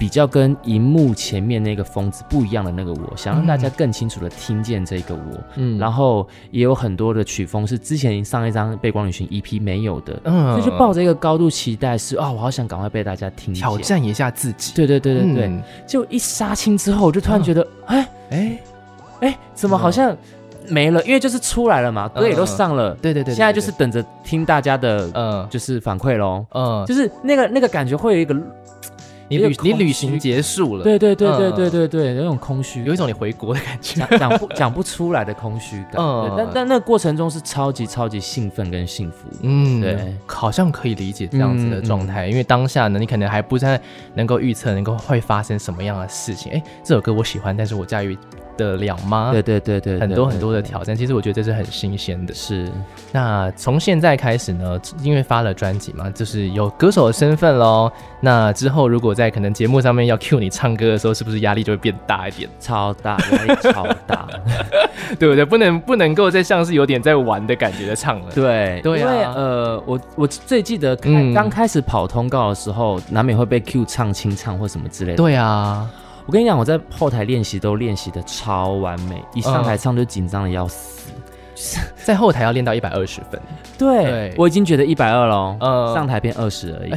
S2: 比较跟荧幕前面那个疯子不一样的那个我，想让大家更清楚的听见这个我。
S1: 嗯
S2: 然后也有很多的曲风是之前上一张《背光旅行》EP 没有的，
S1: 嗯
S2: 所以就抱着一个高度期待是啊、我好想赶快被大家听见
S1: 挑。战一下自己，
S2: 对对对对对，
S1: 嗯
S2: 就一杀青之后，我就突然觉得，哎
S1: 哎、
S2: 哎、怎么好像没了？因为就是出来了嘛，歌也都上了，
S1: 对嗯对对对，
S2: 现在就是等着听大家的呃
S1: 嗯
S2: 就是反馈喽。
S1: 嗯，
S2: 就是那个那个感觉会有一个，
S1: 你
S2: 有
S1: 旅
S2: 空
S1: 你旅
S2: 虚
S1: 行结束了，
S2: 对对对对
S1: 嗯
S2: 对对对，有一种空
S1: (laughs)
S2: 虚，
S1: 有一种你回国的感觉，
S2: 讲讲不讲不出来的空虚感。
S1: 嗯
S2: 对但但那个过程中是超级超级兴奋跟幸福。
S1: 嗯，
S2: 对，嗯
S1: 好像可以理解这样子的状态，因为当下呢，你可能还不太能够预测能够会发生什么样的事情。哎，这首歌我喜欢，但是我驾驭得了吗？
S2: 嗯对，对对对，对
S1: 很多很多的
S2: 对
S1: 挑战，其实我觉得这是很新鲜的。
S2: 是
S1: 那从现在开始呢，因为发了专辑嘛，就是有歌手的身份喽。那之后如果在可能节目上面要 cue 你唱歌的时候，是不是压力就会变大一点？ (laughs)
S2: 超大，压力超大。
S1: 对不对？不能不能够再像是有点在玩的感觉的唱了。
S2: 对
S1: (laughs) 对
S2: 因
S1: 啊
S2: 为呃，我我最记得开
S1: 嗯
S2: 刚开始跑通告的时候，难免会被 Q 唱清唱或什么之类的。
S1: 对啊，
S2: 我跟你讲，我在后台练习都练习的超完美，一上
S1: 嗯
S2: 台唱就紧张的要死。
S1: 在后台要练到一百二
S2: (laughs)
S1: 十分，对
S2: 我已经觉得一百二了，
S1: 嗯哎
S2: 上台变二十而已。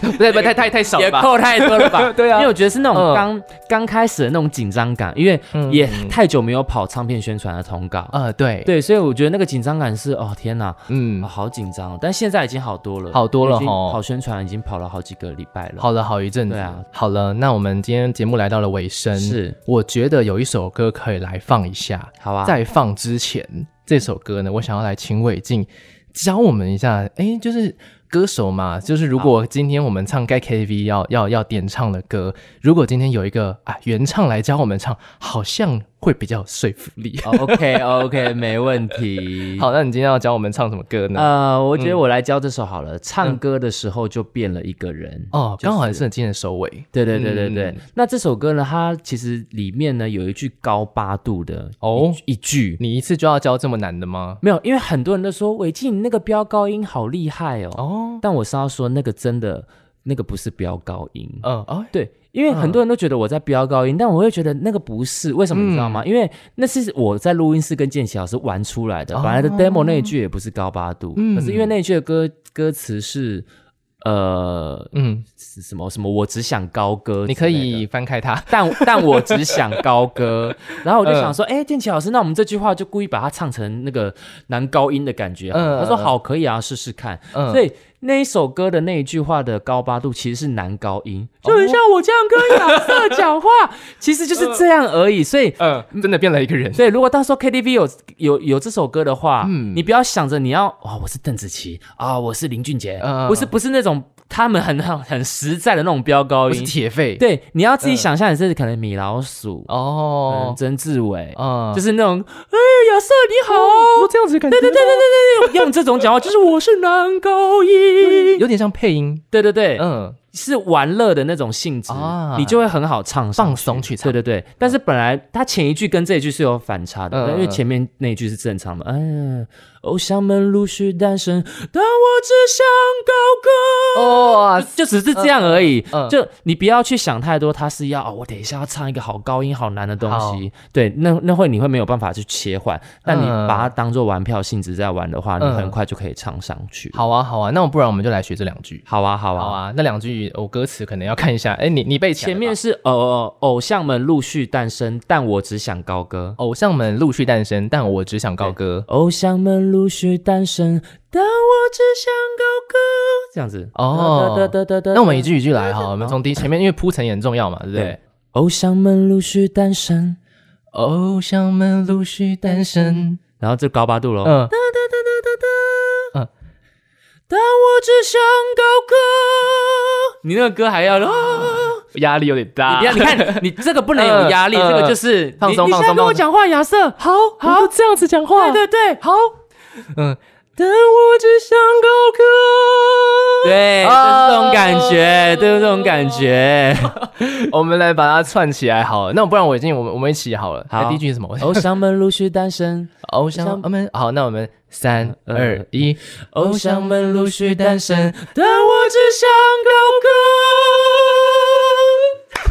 S1: 不对不对，太太太少
S2: 也
S1: 了吧？
S2: 扣太多了吧？
S1: (laughs) 对啊
S2: 因为我觉得是那种
S1: 嗯
S2: 刚刚开始的那种紧张感，因为
S1: 嗯
S2: 也太久没有跑唱片宣传的通告，
S1: 呃，对，
S2: 对，所以我觉得那个紧张感是哦天哪，
S1: 嗯
S2: 啊，好紧张哦，但现在已经好多了，
S1: 好多了
S2: 已经
S1: 吼
S2: 跑宣传已经跑了好几个礼拜了，
S1: 好了好一阵子。
S2: 对啊
S1: 好了，那我们今天节目来到了尾声，
S2: 是
S1: 我觉得有一首歌可以来放一下。
S2: 好啊，
S1: 在放之前，这首歌呢，我想要来请伟静教我们一下，哎，就是歌手嘛，就是
S2: 啊
S1: 如果今天我们唱该 KTV 要要要点唱的歌，如果今天有一个啊原唱来教我们唱，好像会比较有说服
S2: (laughs)
S1: 力。
S2: 哦 OK OK，没 (laughs) 问题。
S1: 好，那你今天要教我们唱什么歌呢？
S2: 呃，我觉得我来教这首好
S1: 嗯
S2: 了。唱歌的时候就变了一个人。
S1: 哦，
S2: 就
S1: 刚好
S2: 是
S1: 也是你今天的收尾
S2: 对对对对对。
S1: 嗯
S2: 那这首歌呢，它其实里面呢有一句高八度的
S1: 哦。
S2: 一句，
S1: 你一次就要教这么难的吗？
S2: 没有，因为很多人都说伟静你那个飙高音好厉害哦，
S1: 哦，
S2: 但我是要说那个真的那个不是飙高音。
S1: 嗯，哦，嗯
S2: 对，因为很多人都觉得我在飙高音，但我会觉得那个不是，为什么你知道吗？因为那是我在录音室跟建奇老师玩出来
S1: 哦
S2: 的，本来的 demo 那一句也不是高八度，
S1: 嗯
S2: 可是因为那一句的歌歌词是呃
S1: 嗯，
S2: 是什么什么，我只想高歌，
S1: 你可以。翻开
S2: (laughs)
S1: 它。
S2: 但
S1: (laughs)
S2: 但我只想高歌，然后我就想
S1: 嗯
S2: 说，哎、建奇老师，那我们这句话就故意把它唱成那个男高音的感觉。
S1: 嗯
S2: 他说好，可以啊，试试看。
S1: 嗯，
S2: 所以那一首歌的那一句话的高八度其实是男高音，
S1: 哦
S2: 就很像我这样跟亚瑟
S1: (laughs)
S2: 讲话，其实就是这样而已。所以，
S1: 嗯， (laughs) 真的变了一个
S2: (laughs)
S1: 人。
S2: 所以如果到时候 KTV 有有有这首歌的话，
S1: 嗯
S2: 你不要想着你要啊、我是邓紫棋啊、我是林俊杰，
S1: 嗯
S2: 不是不是那种他们很很很实在的那种飙高
S1: 我是
S2: 音。
S1: 铁肺。，
S2: 对，你要自己想象你是可能米老鼠，
S1: (laughs)
S2: 嗯
S1: 哦，
S2: 曾志伟，
S1: 嗯，
S2: 就是那种，哎，亚瑟你好，这样子感觉，对对对对对对，用这种讲话，就是我是男高音，
S1: 有点像配音。
S2: 对对对，
S1: 嗯，
S2: 是玩乐的那种性质，
S1: 啊
S2: 你就会很好唱上
S1: 放松去唱
S2: 对对对，但是本来它前一句跟这一句是有反差的，
S1: 嗯
S2: 因为前面那一句是正常的。嗯，偶像们陆续诞生，但我只想高歌。
S1: 哦，
S2: 就只是这样而已，
S1: 嗯嗯
S2: 就你不要去想太多，它是要、哦、我等一下要唱一个好高音、好难的东西，对，那那会你会没有办法去切换，但你
S1: 嗯
S2: 把它当做玩票性质在玩的话，你
S1: 嗯
S2: 很快就可以唱上去。
S1: 好啊，好啊，那我不然我们就来学这两句。
S2: 好啊，好啊，
S1: 好啊，那两句我歌词可能要看一下。哎，你你背起来了
S2: 前
S1: 吧
S2: 面是偶偶像们陆续诞生，但我只想高歌。
S1: 偶像们陆续诞生，但我只想高歌。
S2: 偶像们陆续诞生，但我只想高歌。这样子
S1: 哦
S2: 哒哒哒哒哒
S1: 那我们一句一句来哈，我们从第一前面，因为铺陈也很重要嘛，对不对
S2: 对？。偶像们陆续诞生，
S1: 偶像们陆续诞生，
S2: 然后这高八度喽。
S1: 嗯，
S2: 嗯但我只想高歌。你那个歌还要啊？
S1: 压力有点
S2: 你
S1: 大
S2: 不要，你 (laughs) 看你这个不能有压力，
S1: 嗯嗯
S2: 这个就是
S1: 放松
S2: 你你现
S1: 放
S2: 在
S1: 松
S2: 跟
S1: 放
S2: 我
S1: 松
S2: 讲话，亚瑟，好好哦这样子讲话，对对对，好，
S1: 嗯，
S2: 但我只想高哦歌。对，就是这种感觉，就是这种感觉。
S1: 我们来把它串起来好了。那不然我已经我们我们一起好了。
S2: 好
S1: 哎第一句是什么？
S2: (laughs) 偶像们陆续诞生，
S1: 偶像
S2: 像
S1: 们好，那我们三
S2: 嗯
S1: 二一，
S2: 偶像们陆续诞生，
S1: 但我只想高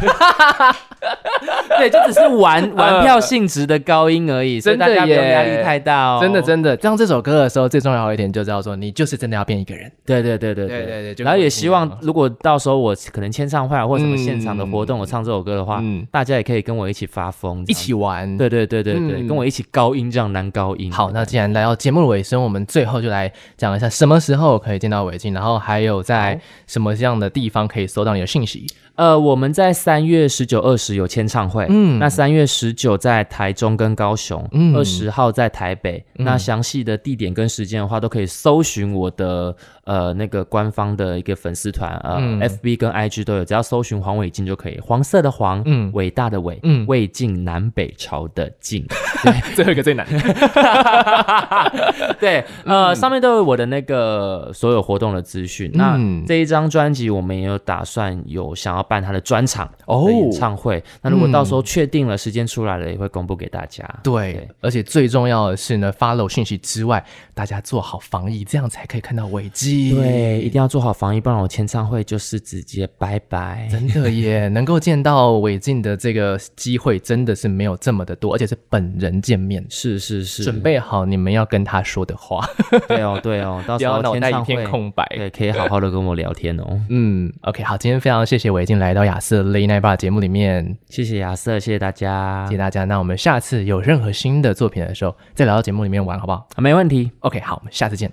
S1: (laughs) 呃
S2: 对，就只是玩玩票性质的高音而已，所以
S1: 真的
S2: 大家不用
S1: 耶
S2: 压力太大哦。
S1: 真的真的，唱这首歌的时候，最重要的一点就叫做你就是真的要变一个人。
S2: 对对对对
S1: 对对对就
S2: 然
S1: 跟
S2: 后
S1: 我听
S2: 也希
S1: 的嘛
S2: 望，如果到时候我可能签唱会啊或者什么现场的活
S1: 哦
S2: 动，
S1: 嗯
S2: 我唱这首歌的话
S1: 嗯，
S2: 大家也可以跟我一起发疯，
S1: 一起。玩。
S2: 对对对对对，
S1: 嗯
S2: 跟我一起高音这样男高音。
S1: 好，那既然来到节目的尾声，我们最后就来讲一下什么时候可以见到伟静，然后还有在什么样的地方可以搜到你的讯息。
S2: 呃，我们在三月十九、二十有签唱会，
S1: 嗯
S2: 嗯，那三月十九在台中跟高雄，
S1: 嗯
S2: 二十号在台北。那详细的地点跟时间的话，都可以搜寻我的呃那个官方的一个粉丝团，呃、
S1: 嗯
S2: f b 跟 IG 都有，只要搜寻黄伟晋就可以，黄色的黄，
S1: 嗯
S2: 嗯，伟大的伟，
S1: 嗯
S2: 嗯，魏晋南北朝的晋，
S1: 最后一个最难。
S2: (laughs) 对，
S1: 嗯
S2: 呃，上面都有我的那个所有活动的资讯。那
S1: 嗯
S2: 这一张专辑，我们也有打算有想要办他的专场
S1: 哦
S2: 的演唱会。那如果到时候确定了时间出来了，也会公布给大家。
S1: 对，而且最重要的是呢，follow 讯息之外，大家做好防疫，这样才可以看到伟
S2: 对
S1: 静。，
S2: 对，一定要做好防疫，不然我签唱会就是直接拜拜。
S1: (laughs) 真的耶，能够见到伟静的这个机会真的是没有这么的多，而且是本人见面。
S2: 是是是，
S1: 准备好你们要跟他说的话，
S2: 对哦对
S1: (laughs)
S2: 哦， (laughs) 到
S1: 不
S2: 时
S1: 要
S2: 候
S1: 脑
S2: 签
S1: 袋一
S2: 唱会
S1: 片空白。
S2: 对，可以好好的跟我聊天哦。
S1: 嗯，OK，好，今天非常谢谢伟静来到亚瑟 Late Night Bar 节目里面，
S2: 谢谢亚瑟，谢谢大家
S1: 谢谢，大家。那我们下次有任何新的作品的时候，再来到节目里面玩，好不好
S2: 啊没问题。
S1: ？OK，好，我们下次见。